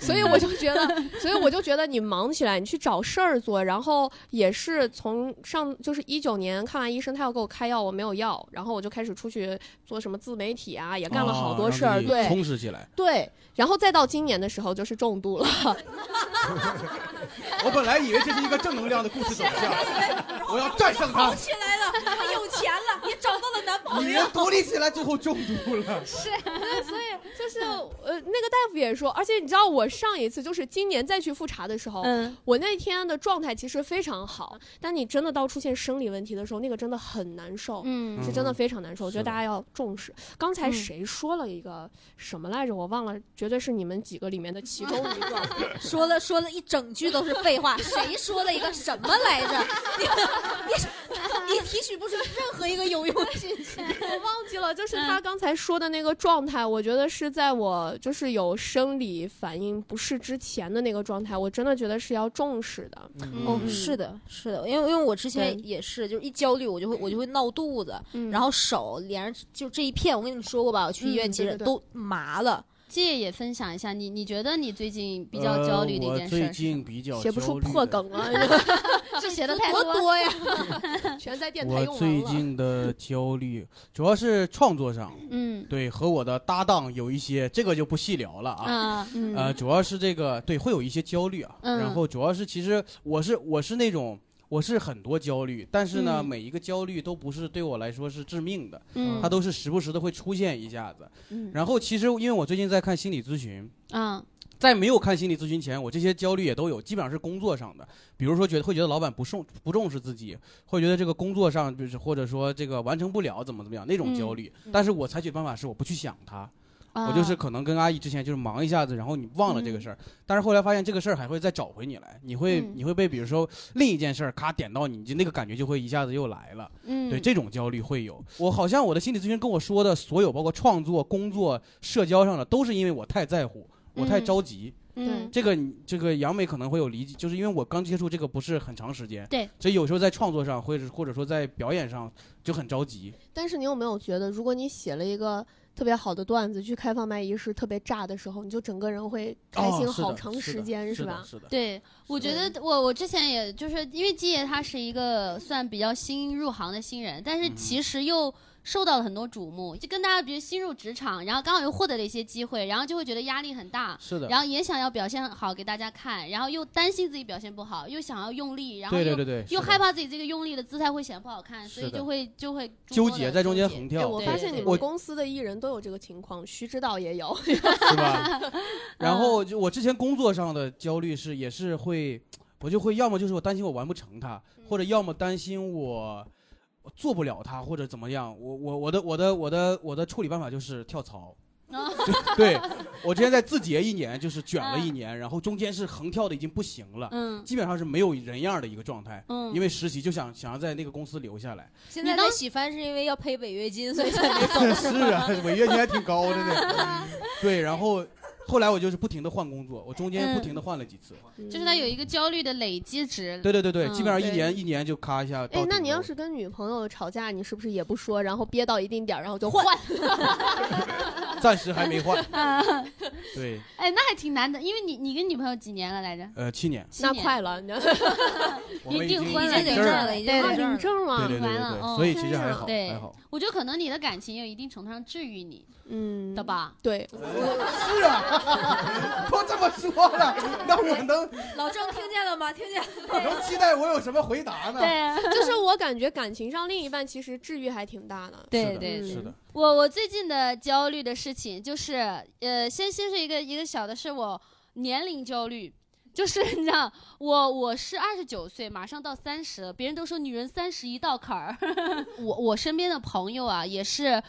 [SPEAKER 16] 所以我就觉得，所以我就觉得你忙起来，你去找事儿做，然后也是从上就是一九年看完医生，他要给我开药，我没有药，然后我就开始出去做什么自媒体啊，也干了好多事儿，
[SPEAKER 3] 哦让自己
[SPEAKER 16] 对，
[SPEAKER 3] 充实起来。
[SPEAKER 16] 对，然后再到今年的时候就是重度了，
[SPEAKER 3] 我本来以为这是一个正能量的故事走向，我要战胜它
[SPEAKER 4] 好。起来了，我有钱了，也找到了男朋友。
[SPEAKER 3] 女人独立起来，最后中毒了。
[SPEAKER 16] 是，所 以就是
[SPEAKER 4] 嗯
[SPEAKER 16] 呃，那个大夫也说，而且你知道，我上一次就是今年再去复查的时候，
[SPEAKER 4] 嗯
[SPEAKER 16] 我那天的状态其实非常好，但你真的到出现生理问题的时候，那个真的很难受，
[SPEAKER 4] 嗯
[SPEAKER 16] 是真的非常难受。我
[SPEAKER 4] 是
[SPEAKER 16] 觉得大
[SPEAKER 4] 的
[SPEAKER 16] 家要重视。刚才
[SPEAKER 4] 嗯
[SPEAKER 16] 谁说了一个什么来着？我忘了，绝对是你们几个里面的其中一个
[SPEAKER 4] 说了说了一整句都是废话，谁说了一个什么来着？你你你提取不出任何一个有用的信 息。
[SPEAKER 16] 我忘记了，
[SPEAKER 4] 嗯
[SPEAKER 16] 就是他刚才说的那个状态，我觉得是在我就是有生理反应不适之前的那个状态，我真的觉得是要重视的。
[SPEAKER 3] 嗯
[SPEAKER 16] 嗯
[SPEAKER 4] 哦，是的，是的，因为因为我之前
[SPEAKER 16] 对
[SPEAKER 4] 也是，就是一焦虑我就会我就会闹肚子，然后手脸上就这一片，我跟你们说过吧，我去医院
[SPEAKER 2] 嗯
[SPEAKER 4] 急
[SPEAKER 2] 对
[SPEAKER 4] 诊
[SPEAKER 2] 对对
[SPEAKER 4] 都麻了。
[SPEAKER 2] 借也分享一下，你你觉得你最近比较焦虑的一件
[SPEAKER 3] 呃我
[SPEAKER 2] 事儿
[SPEAKER 3] 最
[SPEAKER 2] 是？
[SPEAKER 3] 近比较
[SPEAKER 16] 写不
[SPEAKER 3] 焦
[SPEAKER 16] 出
[SPEAKER 3] 虑
[SPEAKER 16] 破
[SPEAKER 3] 的
[SPEAKER 16] 梗了，
[SPEAKER 2] 这写的
[SPEAKER 4] 太
[SPEAKER 16] 多
[SPEAKER 4] 多多 呀，
[SPEAKER 16] 全在电台
[SPEAKER 3] 我
[SPEAKER 16] 用完
[SPEAKER 3] 最
[SPEAKER 16] 了。
[SPEAKER 3] 近的焦虑主要是创作上，
[SPEAKER 16] 嗯
[SPEAKER 3] 对，和我的搭档有一些，这个就不细聊了啊
[SPEAKER 2] 啊，嗯
[SPEAKER 3] 呃，主要是这个对会有一些焦虑啊，
[SPEAKER 2] 嗯
[SPEAKER 3] 然后主要是其实我是我是那种。我是很多焦虑，但是呢，
[SPEAKER 18] 嗯
[SPEAKER 3] 每一个焦虑都不是对我来说是致命的，
[SPEAKER 2] 嗯
[SPEAKER 3] 它都是时不时的会出现一下子。
[SPEAKER 2] 嗯
[SPEAKER 3] 然后其实因为我最近在看心理咨询，
[SPEAKER 2] 嗯
[SPEAKER 3] 在没有看心理咨询前，我这些焦虑也都有，基本上是工作上的，比如说觉得会觉得老板不重不重视自己，会觉得这个工作上就是或者说这个完成不了怎么怎么样那种焦虑。
[SPEAKER 18] 嗯嗯
[SPEAKER 3] 但是我采取办法是我不去想它。
[SPEAKER 18] 啊
[SPEAKER 3] 我就是可能跟阿姨之前就是忙一下子，然后你忘了这个事儿，但是后来发现这个事儿还会再找回你来，你会、
[SPEAKER 18] 嗯
[SPEAKER 3] 你会被比如说另一件事儿咔点到你，你就那个感觉就会一下子又来了。
[SPEAKER 18] 嗯
[SPEAKER 3] 对这种焦虑会有。我好像我的心理咨询跟我说的所有，包括创作、工作、社交上的，都是因为我太在乎，我太
[SPEAKER 18] 嗯
[SPEAKER 3] 着急。
[SPEAKER 18] 嗯
[SPEAKER 3] 这个你这个杨梅可能会有理解，就是因为我刚接触这个不是很长时间，
[SPEAKER 16] 对
[SPEAKER 3] 所以有时候在创作上或者或者说在表演上就很着急。
[SPEAKER 16] 但是你有没有觉得，如果你写了一个特别好的段子去开放麦仪式特别炸的时候，你就整个人会开心
[SPEAKER 2] 哦是的
[SPEAKER 16] 好长时间，
[SPEAKER 2] 是的
[SPEAKER 16] 吧？
[SPEAKER 3] 是的
[SPEAKER 2] 对，我觉得我我之前也就是因为基爷他是一个算比较新入行的新人，但
[SPEAKER 3] 嗯
[SPEAKER 2] 是其实又受到了很多瞩目，就跟大家比如新入职场，然后刚好又获得了一些机会，然后就会觉得压力很大，
[SPEAKER 3] 是的
[SPEAKER 2] 然后也想要表现好给大家看，然后又担心自己表现不好，又想要用力，然后又
[SPEAKER 3] 对对对对
[SPEAKER 2] 又
[SPEAKER 3] 是的
[SPEAKER 2] 害怕自己这个用力的姿态会显得不好看，所以
[SPEAKER 3] 是的
[SPEAKER 2] 就会就会
[SPEAKER 3] 纠结在中间横
[SPEAKER 16] 哎，
[SPEAKER 3] 跳，
[SPEAKER 16] 我
[SPEAKER 3] 对
[SPEAKER 16] 发现你
[SPEAKER 3] 我
[SPEAKER 16] 们公司的艺人都有这个情况，徐指导也 有。
[SPEAKER 3] 是吧？然后
[SPEAKER 2] 嗯
[SPEAKER 3] 就我之前工作上的焦虑是也是会，我就会要么就是我担心我完不成它，
[SPEAKER 2] 嗯
[SPEAKER 3] 或者要么担心我我做不了它，或者怎么样。我我我的我的我的我的处理办法就是 跳槽。
[SPEAKER 2] 嗯
[SPEAKER 3] 对，我之前在字节一年就是卷了一年，然后中间是横跳的已经不行了，
[SPEAKER 2] 嗯
[SPEAKER 3] 基本上是没有人样的一个状态，
[SPEAKER 2] 嗯
[SPEAKER 3] 因为实习就想想要在那个公司 留下来，
[SPEAKER 4] 现在在喜翻是因为要赔违约金，所以才没走。
[SPEAKER 3] 是啊，违约金还挺高的呢， 对，然后后来我就是不停的换工作，我中间不停的换了几次，
[SPEAKER 2] 就是他有一个焦虑的累积值，
[SPEAKER 3] 对对对对，
[SPEAKER 2] 嗯，
[SPEAKER 3] 基本上一年一年就咔一下到
[SPEAKER 16] 哎，
[SPEAKER 3] 顶
[SPEAKER 16] 那你要
[SPEAKER 3] 了
[SPEAKER 16] 是跟女朋友吵架，你是不是也不说，然后憋到一定点儿，然后就换？
[SPEAKER 3] 暂时还没换
[SPEAKER 2] 啊
[SPEAKER 3] 对，
[SPEAKER 2] 哎，那还挺难的，因为你你跟女朋友几年了来着？
[SPEAKER 3] 呃，七年，
[SPEAKER 2] 七年
[SPEAKER 16] 那 快了，你知道
[SPEAKER 3] 我们
[SPEAKER 2] 已
[SPEAKER 3] 已
[SPEAKER 2] 经
[SPEAKER 3] 经
[SPEAKER 2] 婚了，
[SPEAKER 3] 领证了已经
[SPEAKER 2] 对
[SPEAKER 3] 领
[SPEAKER 2] 对
[SPEAKER 3] 证了对对对对
[SPEAKER 2] 完了
[SPEAKER 3] 对
[SPEAKER 2] 哦
[SPEAKER 3] 所以其实还好
[SPEAKER 2] 对
[SPEAKER 3] 还好
[SPEAKER 2] 我觉得可能你的感情有一定程度上治愈你，
[SPEAKER 16] 嗯，
[SPEAKER 2] 的吧？
[SPEAKER 16] 对，
[SPEAKER 2] 是啊，
[SPEAKER 3] 我咋这么说了，那我能
[SPEAKER 4] 老郑听见了吗？听见？
[SPEAKER 3] 能期待我有什么回答呢？
[SPEAKER 16] 啊就是我感觉感情上另一半其实治愈还挺大的。
[SPEAKER 2] 对对对，
[SPEAKER 3] 嗯
[SPEAKER 2] 我我最近的焦虑的事情就是，呃，先先是一个一个小的，是我年龄焦虑。就是你知道，我我是二十九岁，马上到三十了。别人都说女人三十一道坎儿， 我我身边的朋友啊，也是，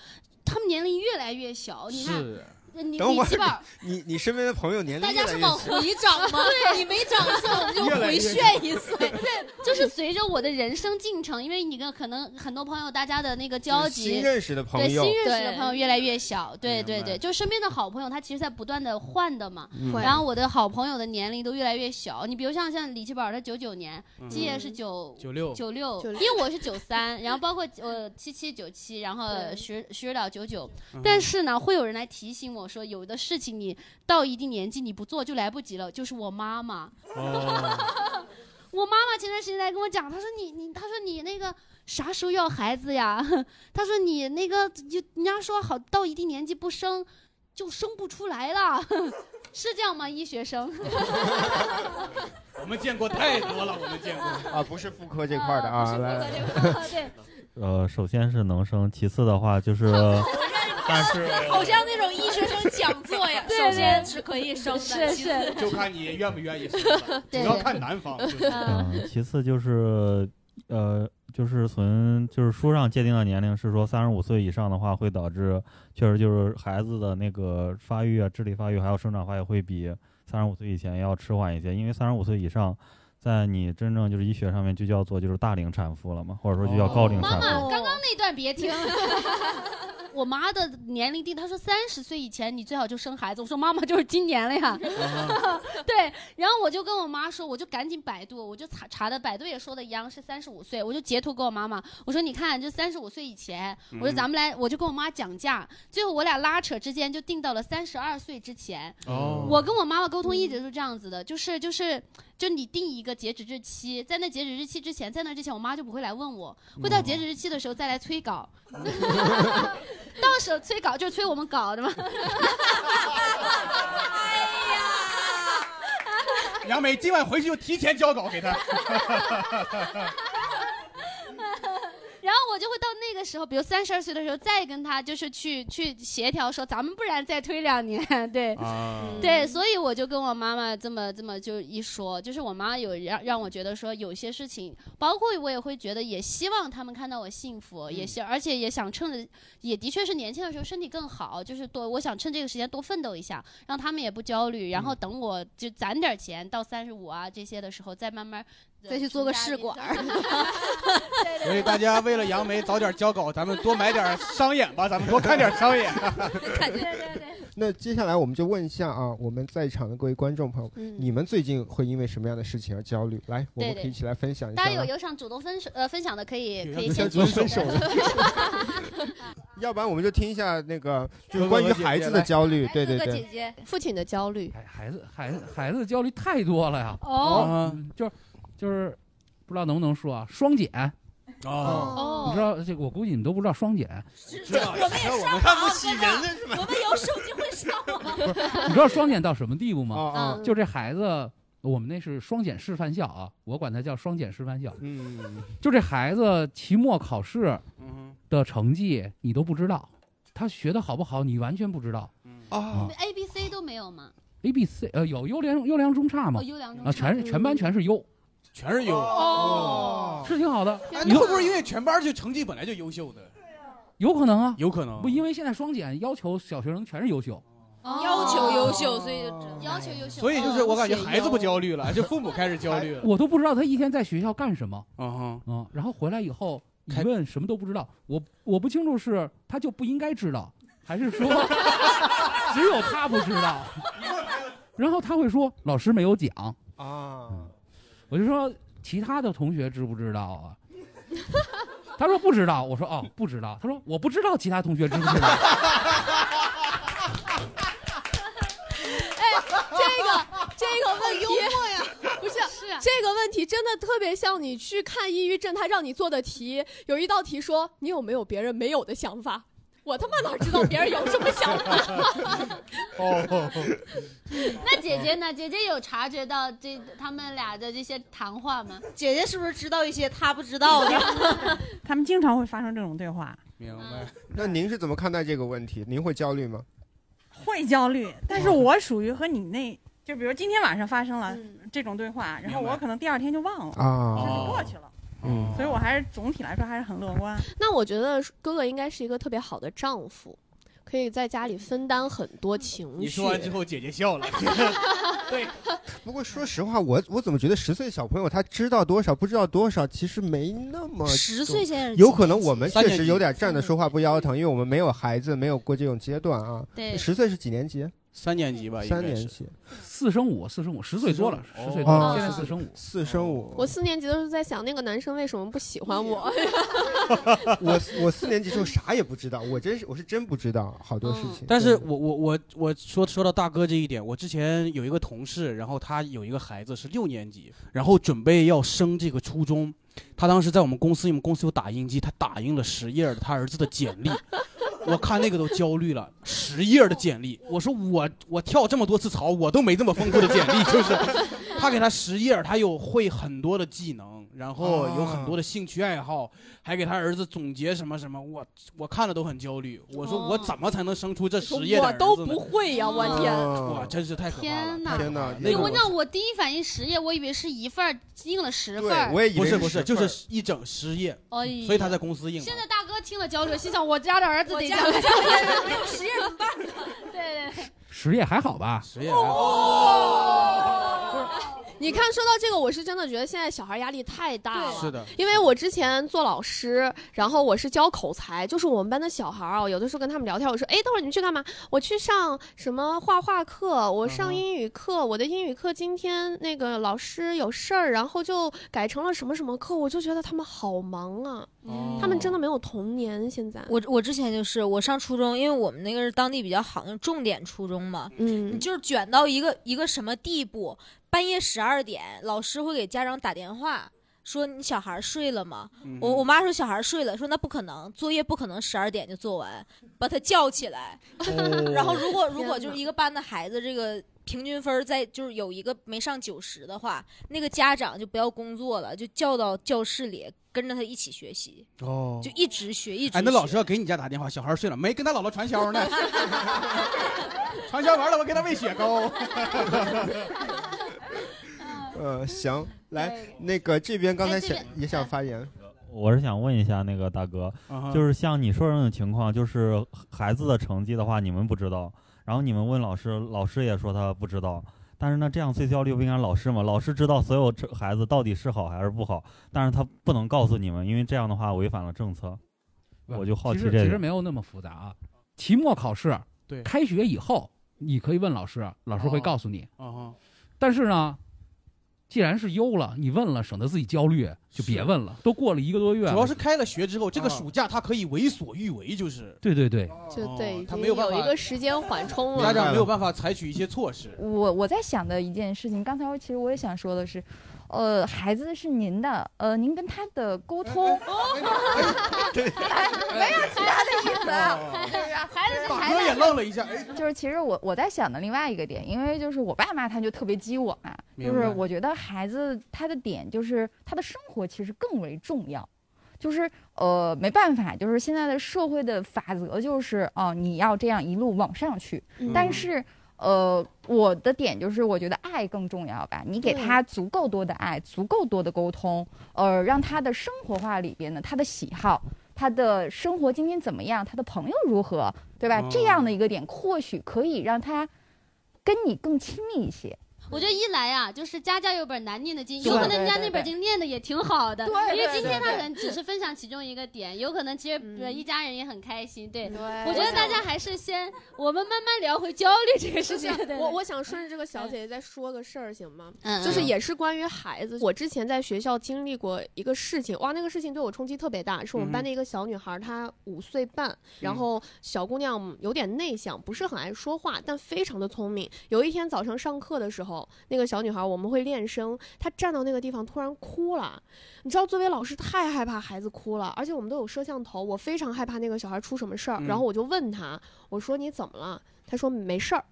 [SPEAKER 2] 他们年龄越来越小。你看，
[SPEAKER 5] 是。
[SPEAKER 2] 呃 你
[SPEAKER 5] 等
[SPEAKER 2] 你
[SPEAKER 5] 会
[SPEAKER 2] 基本
[SPEAKER 5] 儿，你你身边的朋友年龄
[SPEAKER 2] 大
[SPEAKER 5] 越
[SPEAKER 2] 家
[SPEAKER 5] 来
[SPEAKER 2] 是
[SPEAKER 5] 越
[SPEAKER 2] 往
[SPEAKER 5] 小，
[SPEAKER 2] 回长吗对，
[SPEAKER 4] 你没长
[SPEAKER 2] 相，
[SPEAKER 4] 我们就
[SPEAKER 2] 回
[SPEAKER 4] 回
[SPEAKER 2] 旋
[SPEAKER 4] 旋
[SPEAKER 2] 一岁。 对，就是随着我的人生进程，因为你跟可能很多朋友，大家的那个交集，
[SPEAKER 5] 就是新认识的朋友
[SPEAKER 2] 对新认识的朋友越来越小。对对
[SPEAKER 5] 明白
[SPEAKER 2] 对，就身边的好朋友，他其实在不断的换的嘛。
[SPEAKER 5] 嗯
[SPEAKER 2] 然后我的好朋友的年龄都越来越小。你比如像像李奇宝，他九九年，
[SPEAKER 3] 嗯
[SPEAKER 2] 季爷是九
[SPEAKER 3] 96
[SPEAKER 2] 九六，
[SPEAKER 3] 96
[SPEAKER 2] 因为我是九 三，然后包括我七七九七，然后
[SPEAKER 3] 对
[SPEAKER 2] 徐徐指导九九
[SPEAKER 3] 嗯，
[SPEAKER 2] 但是呢，会有人来提醒我说，有的事情你到一定年纪你不做就来不及了，就是我妈妈。我妈妈前段时间来跟我讲，她说你你，她说你那个啥时候要孩子呀？ 她说你那个就人家说好到一定年纪不生就生不出来了， 是这样吗？医学生，
[SPEAKER 3] 我们见过太多了，我们见 过。
[SPEAKER 5] 啊，不是妇科这块的啊，来，
[SPEAKER 2] 对，。
[SPEAKER 7] 呃，首先是能生，其次的话就是， 但是
[SPEAKER 4] 好像那种医学生讲座 呀
[SPEAKER 2] 对
[SPEAKER 4] 首先
[SPEAKER 2] 对
[SPEAKER 4] 是可以生的，
[SPEAKER 2] 是
[SPEAKER 4] 其次
[SPEAKER 3] 就看你愿不愿意生了，主
[SPEAKER 4] 对
[SPEAKER 3] 要看男方。就是
[SPEAKER 7] 嗯，其次就是，呃，就是从就是书上界定的年龄是说三十五岁以上的话，会导致确实就是孩子的那个发育啊、智力发育还有生长发育会比三十五岁以前要迟缓一些，因为三十五岁以上，在你真正就是医学上面就叫做就是大龄产妇了嘛，或者说就叫高龄
[SPEAKER 2] 妈
[SPEAKER 7] 产妇。
[SPEAKER 2] 妈，刚刚那段别听。我妈的年龄定，她说三十岁以前你最好就生孩子。我说妈妈就是今年了呀， 对。然后我就跟我妈说，我就赶紧百度，我就查查的，百度也说的一样是三十五岁，我就截图给我妈妈，我说你看这三十五岁以前，
[SPEAKER 1] 嗯
[SPEAKER 2] 我说咱们来，我就跟我妈讲价，最后我俩拉扯之间就定到了三十二岁之前。
[SPEAKER 19] 嗯
[SPEAKER 1] 哦
[SPEAKER 2] 我跟我妈妈沟通一直是这样子的，就是就是就你定一个截止日期，在那截止日期之前，在那之前我妈就不会来问我，会到截止日期的时候再来催稿， 到时候催稿就是催我们稿的嘛。
[SPEAKER 3] 杨梅今晚回去就提前交稿给他。
[SPEAKER 2] 然后我就会到那个时候，比如三十二岁的时候，再跟他就是去去协调说，咱们不然再推两年， 对，
[SPEAKER 1] 啊
[SPEAKER 4] 嗯
[SPEAKER 2] 对，所以我就跟我妈妈这么这么就一说，就是我妈有让让我觉得说有些事情，包括我也会觉得，也希望他们看到我幸福，也
[SPEAKER 4] 嗯
[SPEAKER 2] 希而且也想趁着，也的确是年轻的时候身体更好，就是多我想趁这个时间多奋斗一下，让他们也不焦虑，然后
[SPEAKER 4] 嗯
[SPEAKER 2] 等我就攒点钱到三十五啊这些的时候，再慢慢呃
[SPEAKER 4] 再去做个试
[SPEAKER 2] 管。
[SPEAKER 3] 所以大家为了杨梅早点交稿，咱们多买点商演吧，咱们多看点商演。
[SPEAKER 5] 那接下来我们就问一下啊，我们在场的各位观众朋友，
[SPEAKER 2] 嗯
[SPEAKER 5] 你们最近会因为什么样的事情而焦虑？来，我
[SPEAKER 2] 对
[SPEAKER 5] 们可
[SPEAKER 2] 对
[SPEAKER 5] 以一起来分享一下
[SPEAKER 2] 大
[SPEAKER 5] 啊。
[SPEAKER 2] 家有有想主动分手呃分享的可 以可以
[SPEAKER 5] 有
[SPEAKER 2] 先
[SPEAKER 5] 想
[SPEAKER 2] 举手。
[SPEAKER 5] 主动分手的 要不然我们就听一下那个，就是
[SPEAKER 14] 哥哥
[SPEAKER 5] 关于
[SPEAKER 14] 和姐姐
[SPEAKER 5] 孩子的
[SPEAKER 14] 来
[SPEAKER 5] 焦虑，对对对。
[SPEAKER 2] 姐，
[SPEAKER 16] 父亲的焦虑，
[SPEAKER 14] 孩子孩子孩子的焦虑太多了呀。
[SPEAKER 2] 哦
[SPEAKER 14] 嗯，就是就是不知道能不能说啊，双减。
[SPEAKER 3] 哦
[SPEAKER 14] 你知道这个我估计你们都不知道双减，
[SPEAKER 3] 这我们也上看不起人了是吧？
[SPEAKER 4] 啊我们有手机会上网。
[SPEAKER 14] 你知道双减到什么地步
[SPEAKER 4] 啊
[SPEAKER 14] 吗
[SPEAKER 2] 嗯
[SPEAKER 4] 啊？
[SPEAKER 14] 就这孩子，我们那是双减示范校啊，我管他叫双减示范校。
[SPEAKER 5] 嗯，
[SPEAKER 14] 就这孩子期末考试
[SPEAKER 3] 嗯
[SPEAKER 14] 的成绩你都不知道，他学的好不好你完全不知道。
[SPEAKER 2] 哦
[SPEAKER 14] 啊
[SPEAKER 2] ，A B C 都没有吗？
[SPEAKER 14] A、B、C 呃有优良优良中差嘛
[SPEAKER 2] 哦优良中？
[SPEAKER 14] 啊，全是全班全是优，
[SPEAKER 3] 全是优
[SPEAKER 14] 哦，是挺好的。
[SPEAKER 3] 哎，
[SPEAKER 14] 以
[SPEAKER 3] 那
[SPEAKER 14] 后
[SPEAKER 3] 会不会因为全班就成绩本来就优秀的？
[SPEAKER 14] 有可能啊，
[SPEAKER 3] 有可能
[SPEAKER 14] 不，因为现在双减要求小学生全是优秀，
[SPEAKER 4] 哦要求优秀，所以就
[SPEAKER 2] 要求优秀。
[SPEAKER 3] 哦所以就是
[SPEAKER 4] 哦
[SPEAKER 3] 我感觉孩子不焦虑了，就父母开始焦虑了。
[SPEAKER 14] 我都不知道他一天在学校干什么。
[SPEAKER 3] 嗯
[SPEAKER 14] 嗯，然后回来以后一问什么都不知道，我我不清楚是他就不应该知道，还是说只有他不知道。然后他会说老师没有讲嗯
[SPEAKER 5] 啊，
[SPEAKER 14] 我就说其他的同学知不知道啊？ 他说不知道，我说哦不知道，他说我不知道其他同学知不知道。
[SPEAKER 16] 哎，这个这个问题
[SPEAKER 4] 好幽默 呀
[SPEAKER 16] 不是
[SPEAKER 4] 是啊
[SPEAKER 16] 这个问题真的特别像你去看抑郁症，他让你做的题，有一道题说你有没有别人没有的想法。我他妈哪知道别人有什么想法？
[SPEAKER 3] 哦，
[SPEAKER 2] 那姐姐呢？姐姐有察觉到这他们俩的这些谈话吗？
[SPEAKER 4] 姐姐是不是知道一些她不知道的？
[SPEAKER 15] 他们经常会发生这种对话，
[SPEAKER 3] 明白。
[SPEAKER 5] 那您是怎么看待这个问题？您会焦虑吗？
[SPEAKER 15] 会焦虑，但是我属于和你那，就比如今天晚上发生了这种对话，然后我可能第二天就忘了，
[SPEAKER 5] 啊
[SPEAKER 15] 这就过去了。
[SPEAKER 3] 哦
[SPEAKER 5] 嗯
[SPEAKER 15] 所以我还是总体来说 还是很乐观。
[SPEAKER 16] 那我觉得哥哥应该是一个特别好的丈夫，可以在家里分担很多
[SPEAKER 5] 嗯
[SPEAKER 16] 情绪。
[SPEAKER 3] 你 说完之后，姐 姐笑了。对，
[SPEAKER 5] 不过说实话，我我怎么觉得十岁小朋友他知道多少不知道多少，其实没那么
[SPEAKER 4] 10岁现在是
[SPEAKER 5] 有
[SPEAKER 4] 几
[SPEAKER 5] 可能
[SPEAKER 4] 年级
[SPEAKER 5] 我们
[SPEAKER 4] 三
[SPEAKER 5] 确
[SPEAKER 4] 年
[SPEAKER 5] 实
[SPEAKER 4] 级
[SPEAKER 5] 有点站着说话不腰疼，因为我们没有孩子，没有过这种阶段啊。
[SPEAKER 2] 对
[SPEAKER 5] 十岁是几年
[SPEAKER 14] 啊
[SPEAKER 5] 级？
[SPEAKER 3] 三年级吧
[SPEAKER 5] 三年级，
[SPEAKER 14] 四升五，四升五，十岁多了，
[SPEAKER 5] 哦
[SPEAKER 14] 十岁多了，
[SPEAKER 5] 哦
[SPEAKER 14] 现在四升五，
[SPEAKER 5] 四升五。
[SPEAKER 16] 我四年级的时候在想，那个男生为什么不喜欢我？
[SPEAKER 5] 我我四年级时候啥也不知道，我真是我是真不嗯知道好多事
[SPEAKER 14] 嗯
[SPEAKER 5] 情。
[SPEAKER 3] 但是我我我我说说到大哥这一点，我之前有一个同事，然后他有一个孩子是六年级，然后准备要升这个初中，他当时在我们公司，因为我们公司有打印机，他打印了十页儿他儿子的简历，我看那个都焦虑了，十页儿的简历，我说我我跳这么多次槽，我都没这么丰富的简历，就是。他给他十页儿，他有会很多的技能，然后有很多的兴趣爱好，还给他儿子总结什么什么，我我看了都很焦虑。我说我怎么才能生出这十页的
[SPEAKER 16] 我
[SPEAKER 3] 儿子呢
[SPEAKER 16] 都不会呀、我天！
[SPEAKER 3] 哇，真是太可怕了！
[SPEAKER 2] 天哪！
[SPEAKER 5] 天哪
[SPEAKER 2] 那
[SPEAKER 3] 那
[SPEAKER 2] 我
[SPEAKER 3] 个
[SPEAKER 2] 那我第一反应十页，我以为是一份儿印了十份儿。
[SPEAKER 3] 不是不
[SPEAKER 5] 是
[SPEAKER 3] 是，
[SPEAKER 5] 份
[SPEAKER 3] 就
[SPEAKER 5] 儿
[SPEAKER 3] 是一整十页，
[SPEAKER 2] 哎呀
[SPEAKER 3] 所以他在公司印嘛
[SPEAKER 2] 现。在大哥听了焦虑，心想我家的儿 子得
[SPEAKER 4] 我家
[SPEAKER 2] 这样
[SPEAKER 4] 我家的儿子没有实
[SPEAKER 2] 验怎么办呢？对对
[SPEAKER 14] 十页还好吧？
[SPEAKER 3] 十页
[SPEAKER 16] 你看，说到这个，我是真的觉得现在小孩压力太大了。
[SPEAKER 14] 是的
[SPEAKER 16] 因为我之前做老师，然后我是教口才，就是我们班的小孩儿啊，有的时候跟他们聊天，我说，哎，等会儿你们去干嘛？我去上什么画画课，我上英语课，我的英语课今天那个老师有事儿，然后就改成了什么什么课，我就觉得他们好忙啊，
[SPEAKER 4] 哦
[SPEAKER 16] 他们真的没有童年现在。
[SPEAKER 4] 我我之前就是我上初中，因为我们那个是当地比较好那种重点初中嘛，
[SPEAKER 16] 嗯
[SPEAKER 4] 你就是卷到一个一个什么地步，半夜十二点，老师会给家长打电话。说你小孩睡了吗？
[SPEAKER 16] 嗯
[SPEAKER 4] 我我妈说小孩睡了，说那不可能，作业不可能十二点就做完，把他叫起来。
[SPEAKER 16] 哦
[SPEAKER 4] 然后如果如果
[SPEAKER 16] 天
[SPEAKER 4] 就
[SPEAKER 16] 哪
[SPEAKER 4] 是一个班的孩子，这个平均分儿在就是有一个没上九十的话，那个家长就不要工作了，就叫到教室里跟着他一起学习，
[SPEAKER 3] 哦
[SPEAKER 4] 就一直学一直学。
[SPEAKER 3] 哎，那老师要给你家打电话，小孩睡了没？跟他姥姥传销呢？传销完了，我给他 喂雪
[SPEAKER 5] 哦
[SPEAKER 3] 糕。
[SPEAKER 5] 呃，行，来，那个这边刚才想也想发言，
[SPEAKER 7] 我是想问一下那个大哥
[SPEAKER 5] 啊哈，
[SPEAKER 7] 就是像你说的那种情况，就是孩子的成绩的话，你们不知道，然后你们问老师，老师也说他不知道。但是呢，这样最焦虑不应该是老师吗？老师知道所有这孩子到底是好还是不好，但是他不能告诉你们，因为这样的话违反了政策。我就好奇
[SPEAKER 14] 其实
[SPEAKER 7] 这
[SPEAKER 14] 其实
[SPEAKER 7] 个。
[SPEAKER 14] 没有那么复杂啊。期末考试，
[SPEAKER 3] 对
[SPEAKER 14] 开学以后你可以问老师，老师会告诉你。
[SPEAKER 3] 哦
[SPEAKER 14] 但是呢，既然是优了，你问了，省得自己焦虑，就别问了。都过了一个多月了，啊
[SPEAKER 3] 主要是开了学之后，这个暑假他可以为所欲为，就是
[SPEAKER 14] 对对对，
[SPEAKER 16] 就对，已
[SPEAKER 3] 他
[SPEAKER 16] 经
[SPEAKER 3] 没有办法
[SPEAKER 16] 一个时间缓
[SPEAKER 13] 嗯
[SPEAKER 16] 冲了。
[SPEAKER 3] 家长没有办法采取一些措施。
[SPEAKER 13] 我我在想的一件事情，刚才我其实我也想说的是，呃，孩子是您的，呃，您跟他的沟通，
[SPEAKER 2] 哦
[SPEAKER 13] 哎没有其他的意思啊，是不是？孩
[SPEAKER 3] 子是哦
[SPEAKER 4] 啊
[SPEAKER 3] 孩子大哥也愣了一下哎
[SPEAKER 13] 就是其实我我在想的另外一个点，因为就是我爸妈他就特别激我嘛，
[SPEAKER 3] 明
[SPEAKER 13] 就
[SPEAKER 3] 白
[SPEAKER 13] 是我觉得孩子他的点就是他的生活其实更为重要。就是呃，没办法，就是现在的社会的法则就是哦、你要这样一路往上去。
[SPEAKER 16] 嗯
[SPEAKER 13] 但是呃，我的点就是我觉得爱更重要吧，你给
[SPEAKER 16] 对
[SPEAKER 13] 他足够多的爱，足够多的沟通，呃，让他的生活化里边呢，他的喜好。他的生活今天怎么样？他的朋友如何，对
[SPEAKER 5] 嗯
[SPEAKER 13] 吧？这样的一个点，或许可以让他跟你更亲密一些。
[SPEAKER 2] 我觉得一来啊，就是家家有本难念的经，
[SPEAKER 13] 是
[SPEAKER 2] 有
[SPEAKER 13] 的
[SPEAKER 2] 可能人家
[SPEAKER 13] 对对
[SPEAKER 2] 那本
[SPEAKER 13] 对
[SPEAKER 2] 经念的也挺好的，
[SPEAKER 13] 对对
[SPEAKER 2] 因为今天他
[SPEAKER 13] 对对
[SPEAKER 2] 可能只是分享其中一个点，有可能其实
[SPEAKER 16] 嗯
[SPEAKER 2] 呃一家人也很开心。对，
[SPEAKER 16] 我
[SPEAKER 2] 我觉得
[SPEAKER 16] 想
[SPEAKER 2] 大家还是先我们慢慢聊回焦虑这个事情。对
[SPEAKER 16] 我我想顺着这个小姐姐再说个事儿，行吗？
[SPEAKER 2] 嗯
[SPEAKER 16] 就是
[SPEAKER 2] 嗯
[SPEAKER 16] 也是关于孩子。我之前在学校经历过一个事情，哇，那个事情对我冲击特别大。是我们班的一个小女孩，她五岁半，然后小姑娘有点内向，不是很爱说话，但非常的聪明。有一天早上上课的时候，那个小女孩我们会练声，她站到那个地方突然哭了。你知道，作为老师太害怕孩子哭了，而且我们都有摄像头，我非常害怕那个小孩出什么事儿。
[SPEAKER 4] 嗯
[SPEAKER 16] 然后我就问她，我说你怎么了？她说没事儿。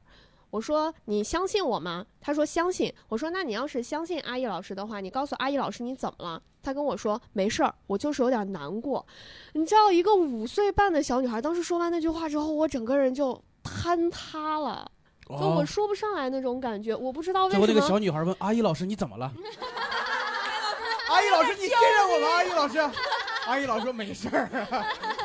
[SPEAKER 16] 我说你相信我吗？他说相信。我说那你要是相信阿易老师的话，你告诉阿易老师你怎么了？他跟我说没事儿，我就是有点难过。你知道，一个五岁半的小女孩，当时说完那句话之后，我整个人就坍塌了，就
[SPEAKER 3] 哦
[SPEAKER 16] 我说不上来那种感觉。我不知哦道为什
[SPEAKER 3] 最后
[SPEAKER 16] 么。
[SPEAKER 3] 那个小女孩问阿姨老师你怎 么了？
[SPEAKER 5] 阿姨老师，你信任我吧，阿姨老师。阿姨老师说没事 儿，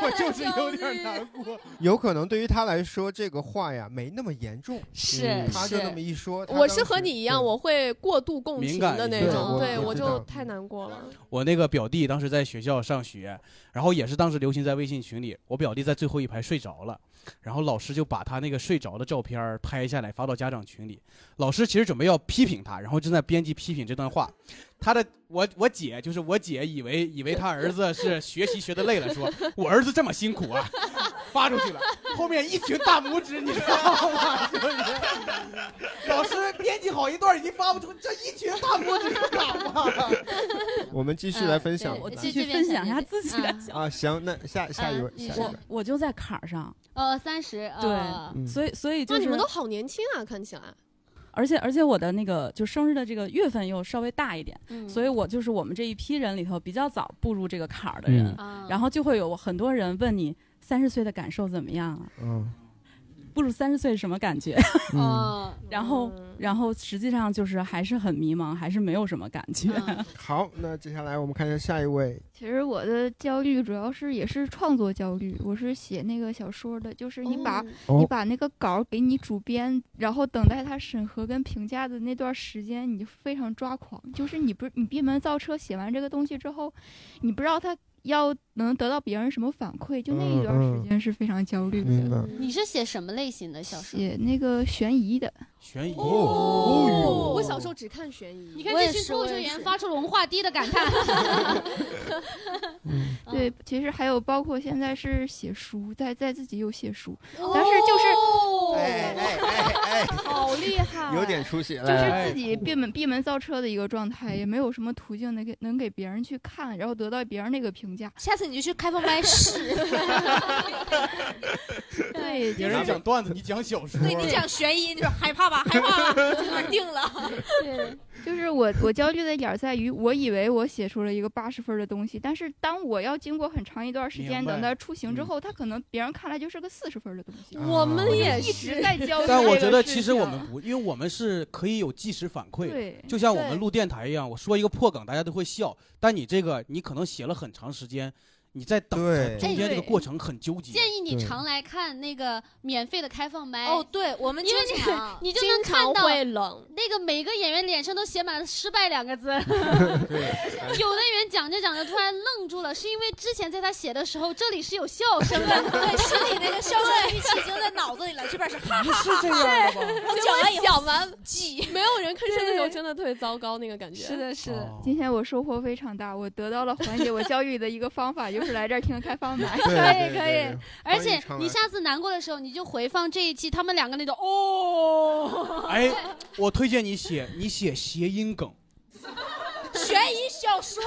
[SPEAKER 5] 我就是有点难过。有可能对于他来说，这个话呀没那么严重，
[SPEAKER 16] 是
[SPEAKER 5] 嗯他就是那么一说，他
[SPEAKER 16] 我
[SPEAKER 5] 当
[SPEAKER 16] 是和
[SPEAKER 5] 时
[SPEAKER 16] 你一样，我会过度共
[SPEAKER 3] 敏
[SPEAKER 16] 情
[SPEAKER 3] 感
[SPEAKER 16] 的
[SPEAKER 3] 一
[SPEAKER 16] 那
[SPEAKER 3] 些
[SPEAKER 16] 种，
[SPEAKER 3] 我
[SPEAKER 16] 对
[SPEAKER 3] 我
[SPEAKER 16] 我
[SPEAKER 3] 知
[SPEAKER 16] 就
[SPEAKER 3] 道嗯
[SPEAKER 16] 太难过了。
[SPEAKER 3] 我那个表弟当时在学校上学，然后也是当时流行在微信群里，我表弟在最后一排睡着了，然后老师就把他那个睡着的照片儿拍下来发到家长群里，老师其实准备要批评他，然后正在编辑批评这段话，他的我我姐就是我姐以为以为他儿子是学习学的累了，说 我儿子这么辛苦啊，发出 去了，后面一群大拇指，你知道吗？就是老师编辑好一段已经发不出，这一群大拇指干嘛？
[SPEAKER 5] 我们继续来分享。
[SPEAKER 11] 嗯我继续分享一下自己的小
[SPEAKER 5] 啊，行，那下
[SPEAKER 11] 嗯
[SPEAKER 5] 下一位，下一位
[SPEAKER 11] 我。我就在坎儿上，
[SPEAKER 2] 呃，三十，呃
[SPEAKER 11] 对，所以所以就
[SPEAKER 16] 那
[SPEAKER 11] 是
[SPEAKER 16] 嗯你们都好年轻啊，看起来。
[SPEAKER 11] 而且而且我的那个就生日的这个月份又稍微大一点，
[SPEAKER 16] 嗯
[SPEAKER 11] 所以我就是我们这一批人里头比较早步入这个坎儿的人，
[SPEAKER 2] 嗯
[SPEAKER 11] 然后就会有很多人问你三十岁的感受怎么样啊？
[SPEAKER 5] 嗯，
[SPEAKER 11] 步入三十岁是什么感觉？
[SPEAKER 2] 嗯，
[SPEAKER 11] 然后然后实际上就是还是很迷茫，还是没有什么感觉。
[SPEAKER 5] 好，那接下来我们看一下下一位。
[SPEAKER 18] 其实我的焦虑主要是也是创作焦虑，我是写那个小说的，就是你把、
[SPEAKER 5] 哦
[SPEAKER 18] 你把那个稿给你主编，然后等待他审核跟评价的那段时间，你就非常抓狂，就是你不你闭门造车写完这个东西之后，你不知道他要能得到别人什么反馈，就那一段
[SPEAKER 13] 嗯
[SPEAKER 18] 时间是非常焦虑的。
[SPEAKER 5] 嗯明白
[SPEAKER 2] 你是写什么类型的小说？
[SPEAKER 18] 写那个悬疑的，
[SPEAKER 3] 悬疑
[SPEAKER 16] 哦，我小时候只看悬疑。
[SPEAKER 2] 你看这群脱口秀演员发出了文化低的感 叹。
[SPEAKER 18] 对，其实还有包括现在是写书，在在自己又写书，但是就是。
[SPEAKER 4] 哦
[SPEAKER 5] 哎哎哎哎，
[SPEAKER 18] 好厉 害
[SPEAKER 5] 有点出息，哎就
[SPEAKER 18] 就是自己闭门闭门造车的一个状态，也没有什么途径能给能给别人去看，然后得到别人那个评价。
[SPEAKER 4] 下次你就去开放麦试，
[SPEAKER 18] 对，
[SPEAKER 3] 别
[SPEAKER 18] 就
[SPEAKER 3] 人
[SPEAKER 18] 是
[SPEAKER 3] 讲段子，你讲小说，
[SPEAKER 4] 对你讲悬疑，你说害怕吧，害怕吧，就那儿定了。
[SPEAKER 18] 对，就是我我焦虑的点儿在于，我以为我写出了一个八十分儿的东西，但是当我要经过很长一段时间
[SPEAKER 3] 明白
[SPEAKER 18] 等它出行之后，它可能别人看来就是个四十分儿的东西。
[SPEAKER 5] 我们
[SPEAKER 18] 就
[SPEAKER 5] 也
[SPEAKER 18] 一直在焦虑这个事情。
[SPEAKER 3] 但我觉得其实我们不，因为我们是可以有即时反馈
[SPEAKER 18] 对，
[SPEAKER 3] 就像我们录电台一样，我说一个破梗，大家都会笑。但你这个，你可能写了很长时间，你在等它，
[SPEAKER 5] 对
[SPEAKER 3] 中间这个
[SPEAKER 2] 哎
[SPEAKER 3] 过程很纠结。
[SPEAKER 2] 建议你
[SPEAKER 3] 对
[SPEAKER 2] 常来看那个免费的开放麦。
[SPEAKER 4] 哦对我们
[SPEAKER 2] 因为
[SPEAKER 4] 经
[SPEAKER 2] 那
[SPEAKER 4] 常
[SPEAKER 2] 个 你就能
[SPEAKER 4] 经常
[SPEAKER 2] 看到
[SPEAKER 4] 会冷
[SPEAKER 2] 那个每个演员脸上都写满了失败两个字。有的人讲着讲着突然愣住了，是因为之前在他写的时候这里是有笑声的，
[SPEAKER 4] 对，心里那个笑声预期已经在脑子里了，这边是哈哈哈哈。
[SPEAKER 5] 是这样的吗
[SPEAKER 4] 我讲完以后
[SPEAKER 16] 讲
[SPEAKER 4] 完记，
[SPEAKER 16] 没有人吭声的时候，真的特别糟糕，那个感觉。
[SPEAKER 18] 是的，是的。今天我收获非常大，我得到了缓解我焦虑的一个方法，就是来这儿听开放 麦。
[SPEAKER 2] 对对
[SPEAKER 18] 可以
[SPEAKER 2] 对，而且你下次难过的时候，你就回放这一期他们两个那种哦，
[SPEAKER 3] 哎，我推荐你写，你写谐音梗，
[SPEAKER 4] 悬疑小说，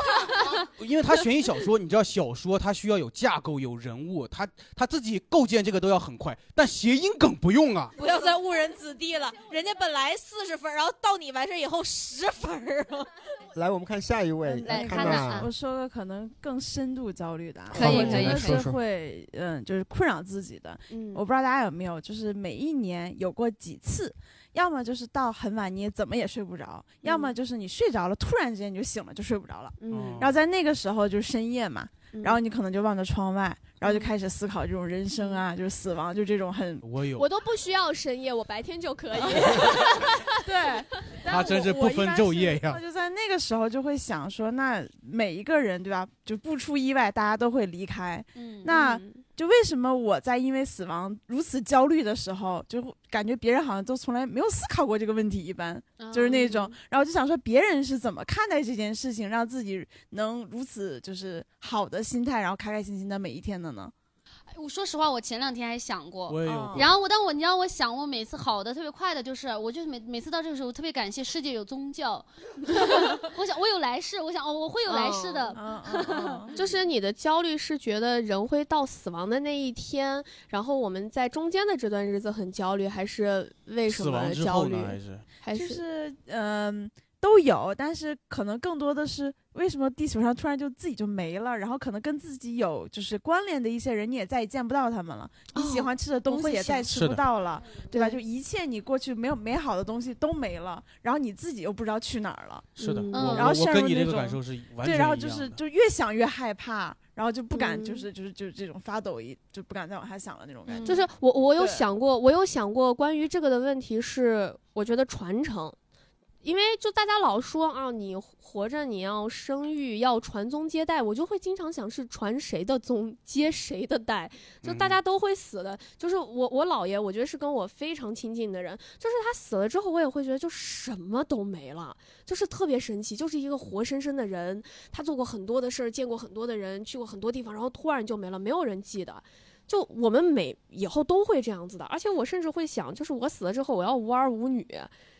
[SPEAKER 3] 因为他悬疑小说，你知道小说它需要有架构、有人物，他他自己构建这个都要很快，但谐音梗不用啊。
[SPEAKER 4] 不要再误人子弟了。人家本来四十分，然后到你完事以后十分儿啊。
[SPEAKER 5] 来，我们看下一位。
[SPEAKER 20] 嗯看啊
[SPEAKER 5] 看啊
[SPEAKER 20] 我说个可能更深度焦虑的啊，
[SPEAKER 5] 可以
[SPEAKER 20] 我
[SPEAKER 5] 可
[SPEAKER 20] 觉
[SPEAKER 5] 以
[SPEAKER 20] 得
[SPEAKER 5] 说
[SPEAKER 20] 是
[SPEAKER 5] 说
[SPEAKER 20] 会嗯，就是困扰自己的。
[SPEAKER 16] 嗯
[SPEAKER 20] 我不知道大家有没有，就是每一年有过几次，要么就是到很晚你也怎么也睡不着，要么就是你睡着了，突然之间你就醒了，就睡不着了。
[SPEAKER 3] 哦
[SPEAKER 16] 嗯
[SPEAKER 20] 然后在那个时候就是深夜嘛，
[SPEAKER 16] 嗯
[SPEAKER 20] 然后你可能就望着窗外，然后就开始思考这种人生啊，就是死亡，就这种很
[SPEAKER 3] 我有
[SPEAKER 16] 我都不需要深夜，我白天就可以。
[SPEAKER 20] 对，
[SPEAKER 3] 他真是不分昼夜呀
[SPEAKER 20] 我一般是我就在那个时候就会想说，那每一个人对吧，就不出意外，大家都会离开。
[SPEAKER 2] 嗯
[SPEAKER 20] 那就为什么我在因为死亡如此焦虑的时候，就会感觉别人好像都从来没有思考过这个问题一般，
[SPEAKER 2] 哦
[SPEAKER 20] 就是那种，然后就想说别人是怎么看待这件事情，让自己能如此就是好的心态，然后开开心心的每一天的呢？
[SPEAKER 2] 我说实话，我前两天还想过，
[SPEAKER 3] 我也有过
[SPEAKER 2] 然后我，但我你让我想，我每次好的特别快的，就是我就每每次到这个时候，我特别感谢世界有宗教。 我想我有来世，我想哦，我会有来世的。 嗯
[SPEAKER 16] 就是你的焦虑是觉得人会到死亡的那一天，然后我们在中间的这段日子很焦虑，还是为什
[SPEAKER 3] 死
[SPEAKER 16] 么
[SPEAKER 3] 亡之
[SPEAKER 16] 焦
[SPEAKER 3] 后
[SPEAKER 16] 虑
[SPEAKER 3] 呢？？还是
[SPEAKER 16] 还
[SPEAKER 20] 就是是嗯、都有，但是可能更多的是为什么地球上突然就自己就没了，然后可能跟自己有就是关联的一些人，你也再也见不到他们了，你喜欢吃的东西也再也吃
[SPEAKER 10] 是
[SPEAKER 20] 不
[SPEAKER 10] 的
[SPEAKER 20] 到了，对吧？就一切你过去没有美好的东西都没了，然后你自己又不知道去哪儿了，
[SPEAKER 3] 是的
[SPEAKER 20] 嗯
[SPEAKER 3] 我我
[SPEAKER 20] 然后
[SPEAKER 3] 我
[SPEAKER 20] 陷
[SPEAKER 3] 跟
[SPEAKER 20] 入
[SPEAKER 3] 你
[SPEAKER 20] 那
[SPEAKER 3] 这个
[SPEAKER 20] 种
[SPEAKER 3] 感受是完
[SPEAKER 20] 对，
[SPEAKER 3] 全
[SPEAKER 20] 然后
[SPEAKER 3] 一
[SPEAKER 20] 就
[SPEAKER 3] 样
[SPEAKER 20] 是
[SPEAKER 3] 的
[SPEAKER 20] 就越想越害怕，然后就不敢就
[SPEAKER 16] 嗯
[SPEAKER 20] 是就是就这种发抖一就不敢再往下想了那种感觉，
[SPEAKER 16] 就是我我有
[SPEAKER 20] 对
[SPEAKER 16] 想过，我有想过关于这个的问题是，我觉得传承。因为就大家老说啊，你活着你要生育，要传宗接代，我就会经常想是传谁的宗，接谁的代，就大家都会死的。就是我我姥爷，我觉得是跟我非常亲近的人，就是他死了之后，我也会觉得就什么都没了，就是特别神奇，就是一个活生生的人，他做过很多的事儿，见过很多的人，去过很多地方，然后突然就没了，没有人记得。就我们每以后都会这样子的，而且我甚至会想，就是我死了之后，我要无儿无女，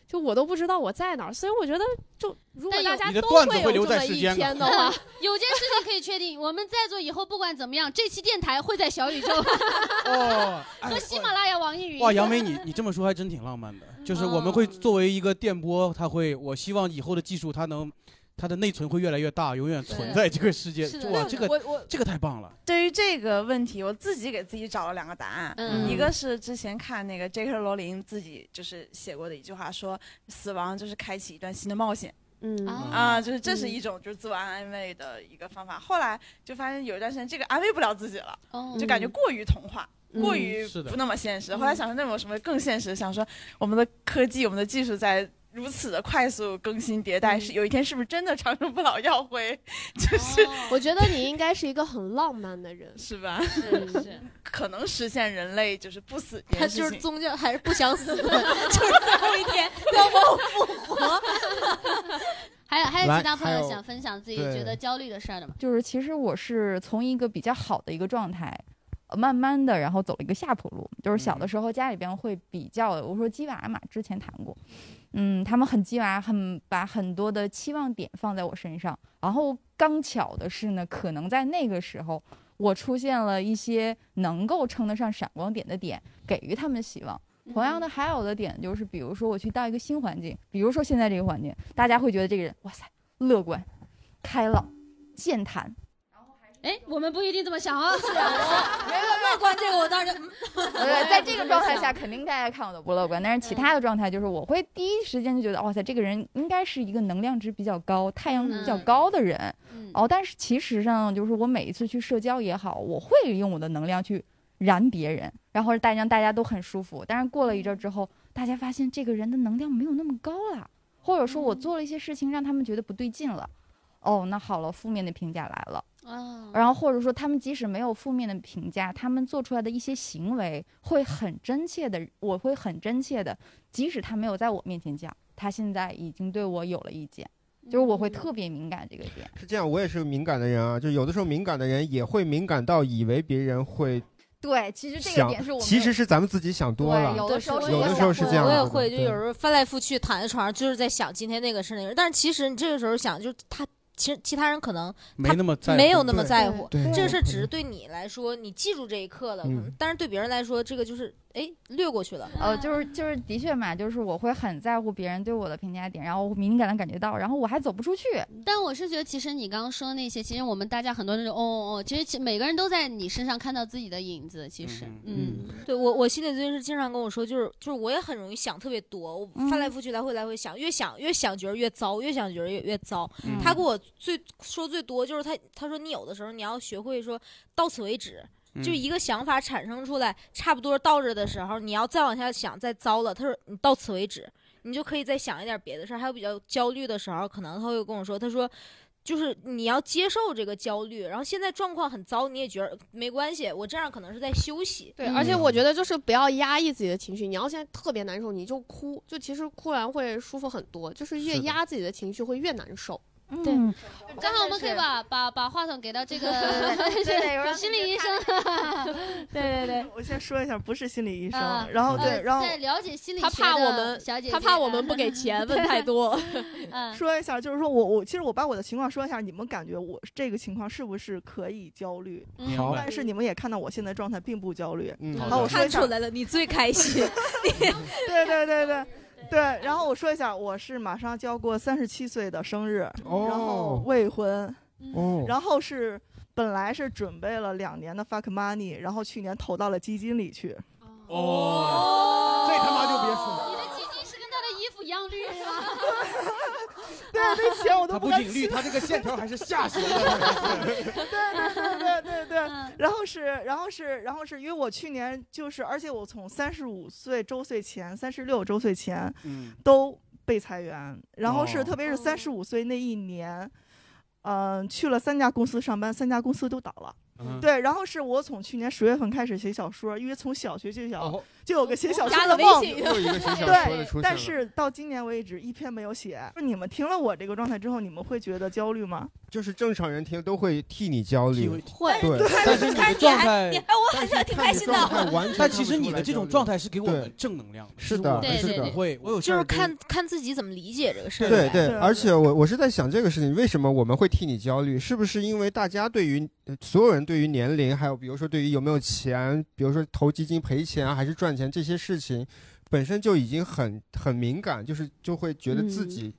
[SPEAKER 16] 就我都不知道我在哪儿。所以我觉得，就如果大家
[SPEAKER 3] 你的
[SPEAKER 16] 都
[SPEAKER 3] 段子
[SPEAKER 16] 会
[SPEAKER 3] 会
[SPEAKER 16] 有
[SPEAKER 3] 留
[SPEAKER 16] 这
[SPEAKER 3] 在
[SPEAKER 16] 么
[SPEAKER 3] 世
[SPEAKER 16] 一
[SPEAKER 3] 间
[SPEAKER 16] 天的
[SPEAKER 3] 的
[SPEAKER 16] 话，
[SPEAKER 2] 有件事情可以确定，我们在座以后不管怎么样，这期电台会在小宇 宙
[SPEAKER 3] 哦
[SPEAKER 2] 和喜马拉雅、网易云。
[SPEAKER 3] 哇，杨梅， 你你这么说还真挺浪漫的。就是我们会作为一个电波，它会，我希望以后的技术它能，它的内存会越来越大，永远存在这个世界
[SPEAKER 20] 是。的
[SPEAKER 3] 哇，
[SPEAKER 20] 那
[SPEAKER 3] 这个
[SPEAKER 20] 我我
[SPEAKER 3] 这个太棒了。
[SPEAKER 20] 对于这个问题，我自己给自己找了两个答案，
[SPEAKER 3] 嗯
[SPEAKER 20] 一个是之前看那个 J.K. 罗琳自己就是写过的一句话说，死亡就是开启一段新的冒险。
[SPEAKER 16] 嗯
[SPEAKER 20] 啊，就是这是一种就是自我安慰的一个方法。后来就发现有一段时间这个安慰不了自己了，就感觉过于童话，
[SPEAKER 16] 嗯
[SPEAKER 20] 过于
[SPEAKER 16] 是的嗯
[SPEAKER 20] 不那么现实。后来想说，那有什么更现实？想说我们的科技，我们的技术在。如此的快速更新迭
[SPEAKER 16] 嗯
[SPEAKER 20] 代，是有一天是不是真的长生不老 药会？就是
[SPEAKER 16] 哦我觉得你应该是一个很浪漫的人，
[SPEAKER 20] 是吧？ 是是，可能实现人类就是不死 这
[SPEAKER 4] 他
[SPEAKER 20] 件事
[SPEAKER 4] 就是
[SPEAKER 20] 情
[SPEAKER 4] 宗教还是不想死， 就是最后一 天要把我复活。
[SPEAKER 2] 还有还有
[SPEAKER 13] 来
[SPEAKER 2] 其他朋
[SPEAKER 13] 还
[SPEAKER 2] 友
[SPEAKER 13] 有
[SPEAKER 2] 想分享自己
[SPEAKER 13] 对
[SPEAKER 2] 觉得焦虑的事儿的吗？
[SPEAKER 13] 就是其实我是从一个比较好的一个状态，呃慢慢的然后走了一个下坡路。就是小
[SPEAKER 2] 嗯
[SPEAKER 13] 的时候家里边会比较，我说鸡娃嘛，之前谈过，嗯，他们很鸡娃，很把很多的期望点放在我身上。然后刚巧的是呢，可能在那个时候。我出现了一些能够称得上闪光点的点，给予他们希望。
[SPEAKER 2] 嗯
[SPEAKER 13] 同样的，还有的点就是，比如说我去到一个新环境，比如说现在这个环境，大家会觉得这个人，哇塞，乐观、开朗、健谈，
[SPEAKER 2] 哎，我们不一定这么想啊。是
[SPEAKER 4] 啊，没有乐观这个，我当然
[SPEAKER 13] 对，在这个状态下，肯定大家看我都不乐观。但是其他的状态就是，我会第一时间就觉得，哇塞，这个人应该是一个能量值比较高、太阳比较高的人。哦，但是其实上就是我每一次去社交也好，我会用我的能量去燃别人，然后大家让大家都很舒服。但是过了一阵儿之后，大家发现这个人的能量没有那么高了，或者说我做了一些事情让他们觉得不对劲了。哦，那好了，负面的评价来了。
[SPEAKER 12] 哦嗯
[SPEAKER 2] 啊
[SPEAKER 13] 然后或者说他们即使没有负面的评价，他们做出来的一些行为会很真切的，我会很真切的，即使他没有在我面前讲，他现在已经对我有了意见，就是我
[SPEAKER 12] 嗯
[SPEAKER 13] 会特别敏感这个点。
[SPEAKER 5] 是这样，我也是个敏感的人啊，就有的时候敏感的人也会敏感到以为别人会
[SPEAKER 13] 对，其实
[SPEAKER 5] 想，其实是咱们自己想多了，
[SPEAKER 4] 有的时候
[SPEAKER 5] 有的时候是这样
[SPEAKER 4] 我
[SPEAKER 5] 子的，
[SPEAKER 4] 也会，就
[SPEAKER 5] 对
[SPEAKER 4] 有时候翻来覆去躺在床上，就是在想今天那个是那个，但是其实你这个时候想，就是他。其实其他人可能
[SPEAKER 3] 没
[SPEAKER 4] 他
[SPEAKER 3] 那么在乎
[SPEAKER 4] 没有那么
[SPEAKER 3] 对
[SPEAKER 4] 在乎，
[SPEAKER 3] 对
[SPEAKER 4] 这
[SPEAKER 3] 对
[SPEAKER 4] 个是
[SPEAKER 3] 对
[SPEAKER 4] 只是对你来说，你记住这一刻的，可能
[SPEAKER 13] 嗯
[SPEAKER 4] 但是对别人来说，这个就是哎略过去了。
[SPEAKER 5] 哦
[SPEAKER 13] 呃，就是就是，的确嘛，就是我会很在乎别人对我的评价点，然后我敏感的感觉到，然后我还走不出去。
[SPEAKER 2] 但我是觉得，其实你刚刚说的那些，其实我们大家很多人就哦哦哦，其实其每个人都在你身上看到自己的影子。其实，嗯，
[SPEAKER 4] 对我，我心理咨询师经常跟我说，就是就是我也很容易想特别多，我
[SPEAKER 13] 嗯
[SPEAKER 4] 翻来覆去，来回来回想，越想越想觉得越糟，越想觉得越越糟。
[SPEAKER 13] 嗯
[SPEAKER 4] 他跟我最说最多就是他他说你有的时候你要学会说到此为止。
[SPEAKER 13] 嗯
[SPEAKER 4] 就一个想法产生出来，差不多到这的时候，你要再往下想，再糟了。他说你到此为止，你就可以再想一点别的事儿。还有比较焦虑的时候，可能他会跟我说，他说就是你要接受这个焦虑，然后现在状况很糟，你也觉得没关系，我这样可能是在休息。
[SPEAKER 5] 嗯
[SPEAKER 3] 嗯
[SPEAKER 16] 对，而且我觉得就是不要压抑自己的情绪。你要现在特别难受，你就哭，就其实哭完会舒服很多。就是越
[SPEAKER 4] 是的
[SPEAKER 16] 压自己的情绪会越难受。
[SPEAKER 3] 嗯
[SPEAKER 4] 对，
[SPEAKER 16] 嗯
[SPEAKER 2] 正好我们可以把把把话筒给到 这个
[SPEAKER 4] 对对有人
[SPEAKER 2] 心理医 生。
[SPEAKER 4] 对对对，
[SPEAKER 12] 我先说一下，不是心理医生，
[SPEAKER 2] 啊
[SPEAKER 12] 然后对，
[SPEAKER 2] 呃
[SPEAKER 12] 然后
[SPEAKER 2] 在了解心理
[SPEAKER 12] 他
[SPEAKER 2] 学
[SPEAKER 12] 怕我
[SPEAKER 2] 的
[SPEAKER 12] 们
[SPEAKER 2] 小姐姐
[SPEAKER 12] 他怕我
[SPEAKER 2] 们
[SPEAKER 12] 不 给钱问太 多
[SPEAKER 2] 嗯，
[SPEAKER 12] 说一下，就是说我我其实我把我的情况说一下，你们感觉我这个情况是不是可以焦虑？
[SPEAKER 4] 明白
[SPEAKER 12] 但是你们也看到我现在状态并不焦虑。
[SPEAKER 4] 嗯
[SPEAKER 12] 好
[SPEAKER 4] 好，的
[SPEAKER 12] 我说一下
[SPEAKER 4] 看出来了你最开 心。
[SPEAKER 12] 对对对对。对，然后我说一下，我是马上就要过三十七岁的生日，
[SPEAKER 3] 哦
[SPEAKER 12] 然后未婚，
[SPEAKER 4] 嗯
[SPEAKER 5] 哦
[SPEAKER 12] 然后是本来是准备了两年的 fuck money，然后去年投到了基金里去。
[SPEAKER 3] 哦，这他妈就别说了。
[SPEAKER 2] 哦你的基金是跟他的衣服一样绿是吗？
[SPEAKER 12] 对，那钱我都
[SPEAKER 3] 他不
[SPEAKER 12] 敢
[SPEAKER 3] 仅绿，
[SPEAKER 12] 吃
[SPEAKER 3] 他这个线条还是下行的。
[SPEAKER 12] 对对对对，
[SPEAKER 4] 嗯
[SPEAKER 12] 然后是，然后是，然后是因为我去年就是，而且我从三十五岁周岁前、三十六周岁前
[SPEAKER 3] 嗯，
[SPEAKER 12] 都被裁员，然后是、
[SPEAKER 3] 哦
[SPEAKER 12] 特别是三十五岁那一年，嗯、去了三家公司上班，三家公司都倒了。
[SPEAKER 3] 嗯
[SPEAKER 12] 对，然后是我从去年十月份开始写小说，因为从小学就想、
[SPEAKER 4] 哦
[SPEAKER 12] 就有个写小
[SPEAKER 4] 加
[SPEAKER 12] 说
[SPEAKER 4] 了
[SPEAKER 12] 的
[SPEAKER 4] 微
[SPEAKER 12] 梦，
[SPEAKER 4] 信又一个写小说的出现，
[SPEAKER 12] 对但
[SPEAKER 4] 了
[SPEAKER 12] 是到今年为止一篇没有写。你们听了我这个状态之后，你们会觉得焦虑吗？
[SPEAKER 5] 就是正常人听都会替你焦虑，
[SPEAKER 12] 会
[SPEAKER 5] 对，
[SPEAKER 3] 但是你的状态，
[SPEAKER 4] 哎
[SPEAKER 12] 我好像挺
[SPEAKER 5] 开心的但是看你状态完全
[SPEAKER 3] 但其实
[SPEAKER 5] 看不出
[SPEAKER 3] 你的
[SPEAKER 5] 来
[SPEAKER 3] 这种
[SPEAKER 5] 焦虑
[SPEAKER 3] 状态是给我们正能量的，
[SPEAKER 5] 是的
[SPEAKER 3] 我们
[SPEAKER 5] 啊是的
[SPEAKER 3] 不会，我有事
[SPEAKER 4] 就
[SPEAKER 3] 儿
[SPEAKER 4] 是
[SPEAKER 3] 都
[SPEAKER 4] 看看自己怎么理解这个事儿
[SPEAKER 5] 对
[SPEAKER 4] 呗。
[SPEAKER 5] 对，而且我我是在想这个事情，为什么我们会替你焦虑？是不是因为大家对于呃所有人对于年龄，还有比如说对于有没有钱，比如说投基金赔钱还是赚钱这些事情，本身就已经很很敏感，就是就会觉得自
[SPEAKER 19] 嗯
[SPEAKER 5] 己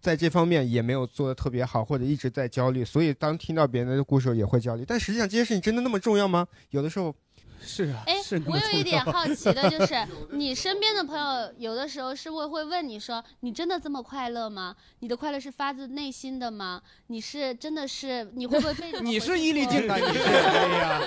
[SPEAKER 5] 在这方面也没有做的特别好，或者一直在焦虑，所以当听到别人的故事也会焦虑。但实际上这些事情真的那么重要吗？有的时候
[SPEAKER 3] 是啊
[SPEAKER 2] 哎，我有一点好奇的 就是，你身边的朋友有的时候是会会问你说，你真的这么快乐吗？你的快乐是发自内心的吗？你是真的是你会不会被
[SPEAKER 3] 你是伊 丽静的，你是
[SPEAKER 2] 哎
[SPEAKER 3] 哎呀，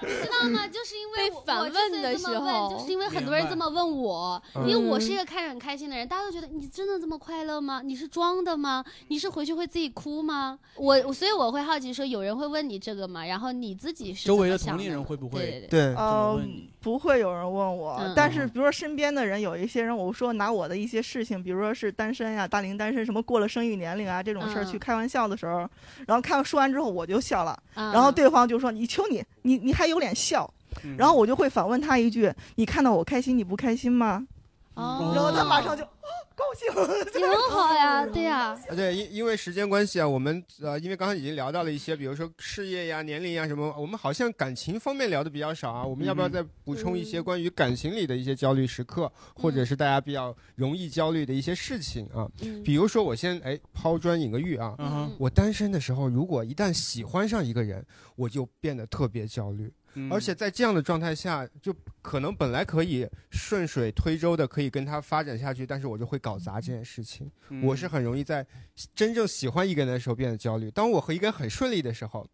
[SPEAKER 2] 知道吗？就是因为我
[SPEAKER 4] 反
[SPEAKER 2] 我之所以
[SPEAKER 4] 问的
[SPEAKER 2] 这么
[SPEAKER 4] 时
[SPEAKER 2] 问
[SPEAKER 4] 候
[SPEAKER 2] 就是因为很多人这么问我，因
[SPEAKER 3] 嗯
[SPEAKER 4] 明白
[SPEAKER 2] 为我是一个看着很开心的人，大家都觉得你真的这么快乐吗？你是装的吗？你是回去会自己哭吗？我我所以我会好奇说，有人会问你这个吗？然后你自己是
[SPEAKER 3] 周围
[SPEAKER 2] 怎么
[SPEAKER 3] 的同
[SPEAKER 2] 想
[SPEAKER 3] 龄人会不会？
[SPEAKER 5] 对
[SPEAKER 12] 呃，不会有人问我，
[SPEAKER 2] 嗯
[SPEAKER 12] 但是比如说身边的人有一些人，我说拿我的一些事情，比如说是单身呀、大龄单身什么过了生育年龄啊这种事儿
[SPEAKER 2] 嗯
[SPEAKER 12] 去开玩笑的时候，然后看说完之后我就笑了，
[SPEAKER 2] 嗯
[SPEAKER 12] 然后对方就说你求你你你还有脸笑，然后我就会反问他一句，你看到我开心你不开心吗？
[SPEAKER 2] 哦
[SPEAKER 12] 然后他马上就、高兴，
[SPEAKER 16] 哦
[SPEAKER 2] 你很好呀，对呀。
[SPEAKER 5] 啊，对，因因为时间关系啊，我们呃，因为刚刚已经聊到了一些，比如说事业呀、年龄呀什么，我们好像感情方面聊的比较少啊。我们要不要再补充一些关于感情里的一些焦虑时刻，或者是大家比较容易焦虑的一些事情啊？比如说，我先哎抛砖引个玉啊，我单身的时候，如果一旦喜欢上一个人，我就变得特别焦虑。而且在这样的状态下，就可能本来可以顺水推舟的，可以跟他发展下去，但是我就会搞砸这件事情。
[SPEAKER 19] 嗯
[SPEAKER 5] 我是很容易在真正喜欢一个人的时候变得焦虑。当我和一个人很顺利的时候，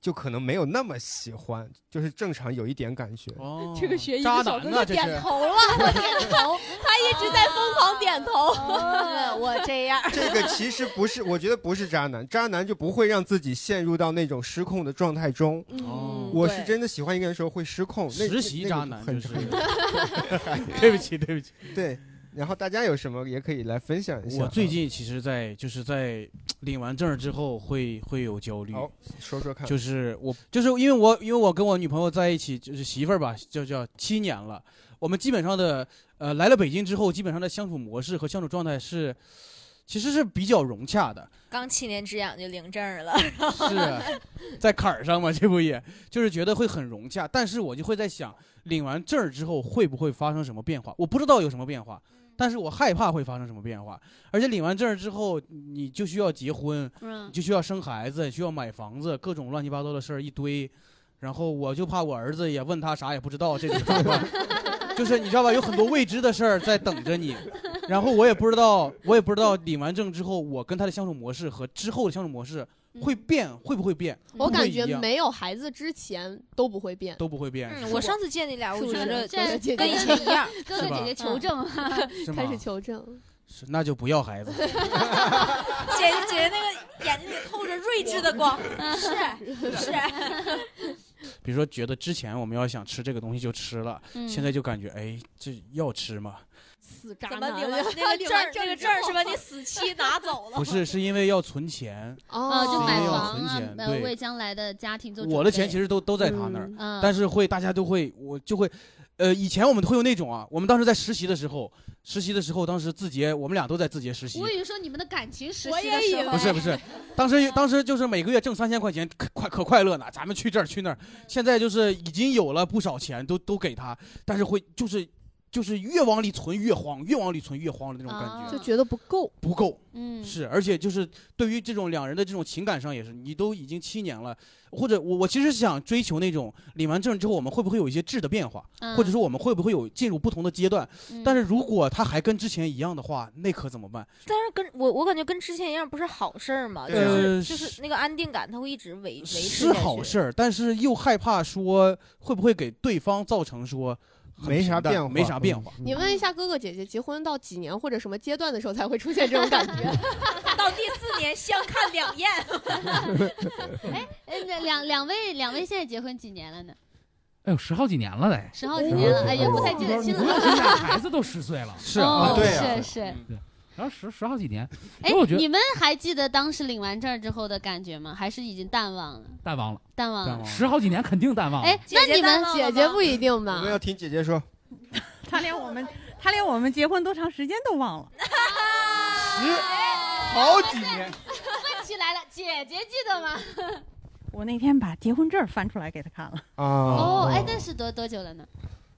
[SPEAKER 5] 就可能没有那么喜欢，就是正常有一点感觉。
[SPEAKER 3] 哦
[SPEAKER 4] 这个学
[SPEAKER 5] 医
[SPEAKER 4] 医
[SPEAKER 5] 的渣
[SPEAKER 4] 的
[SPEAKER 5] 男
[SPEAKER 4] 小
[SPEAKER 5] 啊小
[SPEAKER 4] 哥
[SPEAKER 5] 哥哥
[SPEAKER 4] 哥
[SPEAKER 5] 这是
[SPEAKER 4] 点
[SPEAKER 5] 点
[SPEAKER 4] 头
[SPEAKER 5] 头
[SPEAKER 4] 了，他点头，他一直在疯狂点头。哦 我这样，
[SPEAKER 5] 这个其实不是，我觉得不是渣男，渣男就不会让自己陷入到那种失控的状态中。
[SPEAKER 2] 嗯
[SPEAKER 4] 哦
[SPEAKER 5] 我是真的喜欢一个人的时候会失控，那
[SPEAKER 3] 实习渣男
[SPEAKER 5] 那个
[SPEAKER 3] 这
[SPEAKER 5] 就很
[SPEAKER 3] 是
[SPEAKER 5] 很
[SPEAKER 3] 对不起，对不起。
[SPEAKER 5] 对，然后大家有什么也可以来分享一下。啊
[SPEAKER 3] 我最近其实在，就是在领完证儿之后会会有焦虑。
[SPEAKER 5] 好说说看
[SPEAKER 3] 就是我，就是因为我，因为我跟我女朋友在一起，就是媳妇儿吧，就叫七年了。我们基本上的，呃，来了北京之后，基本上的相处模式和相处状态是，其实是比较融洽的。
[SPEAKER 4] 刚七年之痒就领证儿了，
[SPEAKER 3] 是在坎儿上嘛，这不也就是觉得会很融洽，但是我就会在想，领完证儿之后会不会发生什么变化？我不知道有什么变化，但是我害怕会发生什么变化。而且领完证儿之后，你就需要结婚，
[SPEAKER 2] 嗯
[SPEAKER 3] 你就需要生孩子，需要买房子，各种乱七八糟的事儿一堆。然后我就怕我儿子也问他啥也不知道，这种状况就是你知道吧，有很多未知的事儿在等着你。然后我也不知道，我也不知道领完证之后，我跟他的相处模式和之后的相处模式会变，会不会变？
[SPEAKER 16] 嗯我
[SPEAKER 3] 会嗯不
[SPEAKER 16] 感
[SPEAKER 3] 会一
[SPEAKER 16] 觉
[SPEAKER 3] 样
[SPEAKER 16] 没有孩子之前都不会变。
[SPEAKER 3] 都不会变。
[SPEAKER 16] 嗯
[SPEAKER 3] 是
[SPEAKER 16] 我
[SPEAKER 3] 吧
[SPEAKER 16] 上次见你俩，我
[SPEAKER 4] 是
[SPEAKER 16] 觉
[SPEAKER 4] 不
[SPEAKER 16] 得
[SPEAKER 4] 是
[SPEAKER 16] 跟
[SPEAKER 4] 这跟
[SPEAKER 16] 跟以
[SPEAKER 4] 以
[SPEAKER 16] 前
[SPEAKER 4] 前
[SPEAKER 16] 一
[SPEAKER 4] 一
[SPEAKER 16] 样嗯
[SPEAKER 4] 样。
[SPEAKER 2] 哥哥姐姐求证
[SPEAKER 3] 是吗
[SPEAKER 16] 开始求证。
[SPEAKER 3] 是那就不要孩子。
[SPEAKER 5] 啊
[SPEAKER 4] 姐姐姐那个眼睛里透着睿智的 光，是是。
[SPEAKER 3] 比如说，觉得之前我们要想吃这个东西就吃了，
[SPEAKER 4] 嗯
[SPEAKER 3] 现在就感觉哎，这要吃吗？
[SPEAKER 4] 死
[SPEAKER 16] 渣
[SPEAKER 4] 怎么
[SPEAKER 16] 男
[SPEAKER 4] 领完
[SPEAKER 16] 呀
[SPEAKER 4] 那个
[SPEAKER 16] 领
[SPEAKER 4] 证
[SPEAKER 16] 完
[SPEAKER 4] 儿
[SPEAKER 16] 证
[SPEAKER 4] 那个
[SPEAKER 16] 之
[SPEAKER 4] 证儿是 把
[SPEAKER 16] 后
[SPEAKER 4] 你死期拿
[SPEAKER 16] 哦
[SPEAKER 4] 走了？
[SPEAKER 3] 不是，是因为要存钱，
[SPEAKER 2] 啊，就买
[SPEAKER 3] 是因为要
[SPEAKER 2] 房
[SPEAKER 3] 存
[SPEAKER 2] 啊
[SPEAKER 3] 钱，
[SPEAKER 2] 呃，为
[SPEAKER 3] 对，
[SPEAKER 2] 将来的家庭做准备。
[SPEAKER 3] 我的钱其实都都在他那儿，
[SPEAKER 2] 嗯
[SPEAKER 3] 但是会大家都会，我就会，呃，以前我们会有那种啊，我们当时在实习的时候，实习的时候，当时字节我们俩都在字节实习
[SPEAKER 2] 我，以为说你们的感情实
[SPEAKER 4] 我
[SPEAKER 2] 习
[SPEAKER 4] 也
[SPEAKER 2] 的时
[SPEAKER 4] 以
[SPEAKER 2] 候，
[SPEAKER 3] 不是不 是，当时当时就是每个月挣三千块钱，可快可快乐呢，咱们去这儿去那儿，现在就是已经有了不少钱，都都给他，但是会就是就是越往里存越慌，越往里存越慌的那种感
[SPEAKER 2] 啊
[SPEAKER 3] 觉，
[SPEAKER 16] 啊就觉得不够，
[SPEAKER 3] 不够。
[SPEAKER 2] 嗯
[SPEAKER 3] 是，而且就是对于这种两人的这种情感上也是，你都已经七年了，或者我我其实想追求那种领完证之后，我们会不会有一些质的变化，
[SPEAKER 2] 嗯
[SPEAKER 3] 或者说我们会不会有进入不同的阶段？
[SPEAKER 4] 嗯
[SPEAKER 3] 但是如果他还跟之前一样的话，那可怎么办？
[SPEAKER 4] 但是跟我我感觉跟之前一样不是好事儿嘛，就
[SPEAKER 3] 对啊
[SPEAKER 4] 是
[SPEAKER 3] 呃
[SPEAKER 4] 就是那个安定感，它会一直维维持
[SPEAKER 3] 是
[SPEAKER 4] 下
[SPEAKER 3] 好
[SPEAKER 4] 去
[SPEAKER 3] 事儿，但是又害怕说会不会给对方造成说很
[SPEAKER 5] 没啥
[SPEAKER 3] 平淡
[SPEAKER 5] 变化
[SPEAKER 3] 没啥变化。
[SPEAKER 14] 嗯
[SPEAKER 16] 你问一下哥哥姐姐，结婚到几年或者什么阶段的时候才会出现这种感 觉？
[SPEAKER 4] 到第四年相看两厌。
[SPEAKER 2] 哎，那两两位两位现在结婚几年了呢？
[SPEAKER 14] 哎呦，十好几年了得，
[SPEAKER 2] 十好几年了，哎呀，不太记得
[SPEAKER 14] 你
[SPEAKER 2] 清
[SPEAKER 14] 不用惊讶，
[SPEAKER 2] 了。
[SPEAKER 14] 孩子都十岁了，
[SPEAKER 2] 是啊哦对啊是是
[SPEAKER 14] 哎
[SPEAKER 3] 嗯
[SPEAKER 14] 对，然后十十好几年，
[SPEAKER 2] 哎
[SPEAKER 14] 然后我觉，得
[SPEAKER 2] 你们还记得当时领完证之后的感觉吗？还是已经淡忘了？
[SPEAKER 14] 淡忘了，
[SPEAKER 2] 淡忘了。
[SPEAKER 14] 十好几年肯定淡
[SPEAKER 3] 啊
[SPEAKER 14] 忘了。
[SPEAKER 2] 哎，那你们
[SPEAKER 16] 姐姐不一定吧？
[SPEAKER 5] 我们要听姐姐说，
[SPEAKER 15] 他连我们他连我们结婚多长时间都忘了。
[SPEAKER 5] 好几年。
[SPEAKER 2] 哎 问题来了，姐姐记得吗？
[SPEAKER 15] 我那天把结婚证儿翻出来给他看了。
[SPEAKER 5] 啊
[SPEAKER 2] 哦，哎，那是多多久了呢？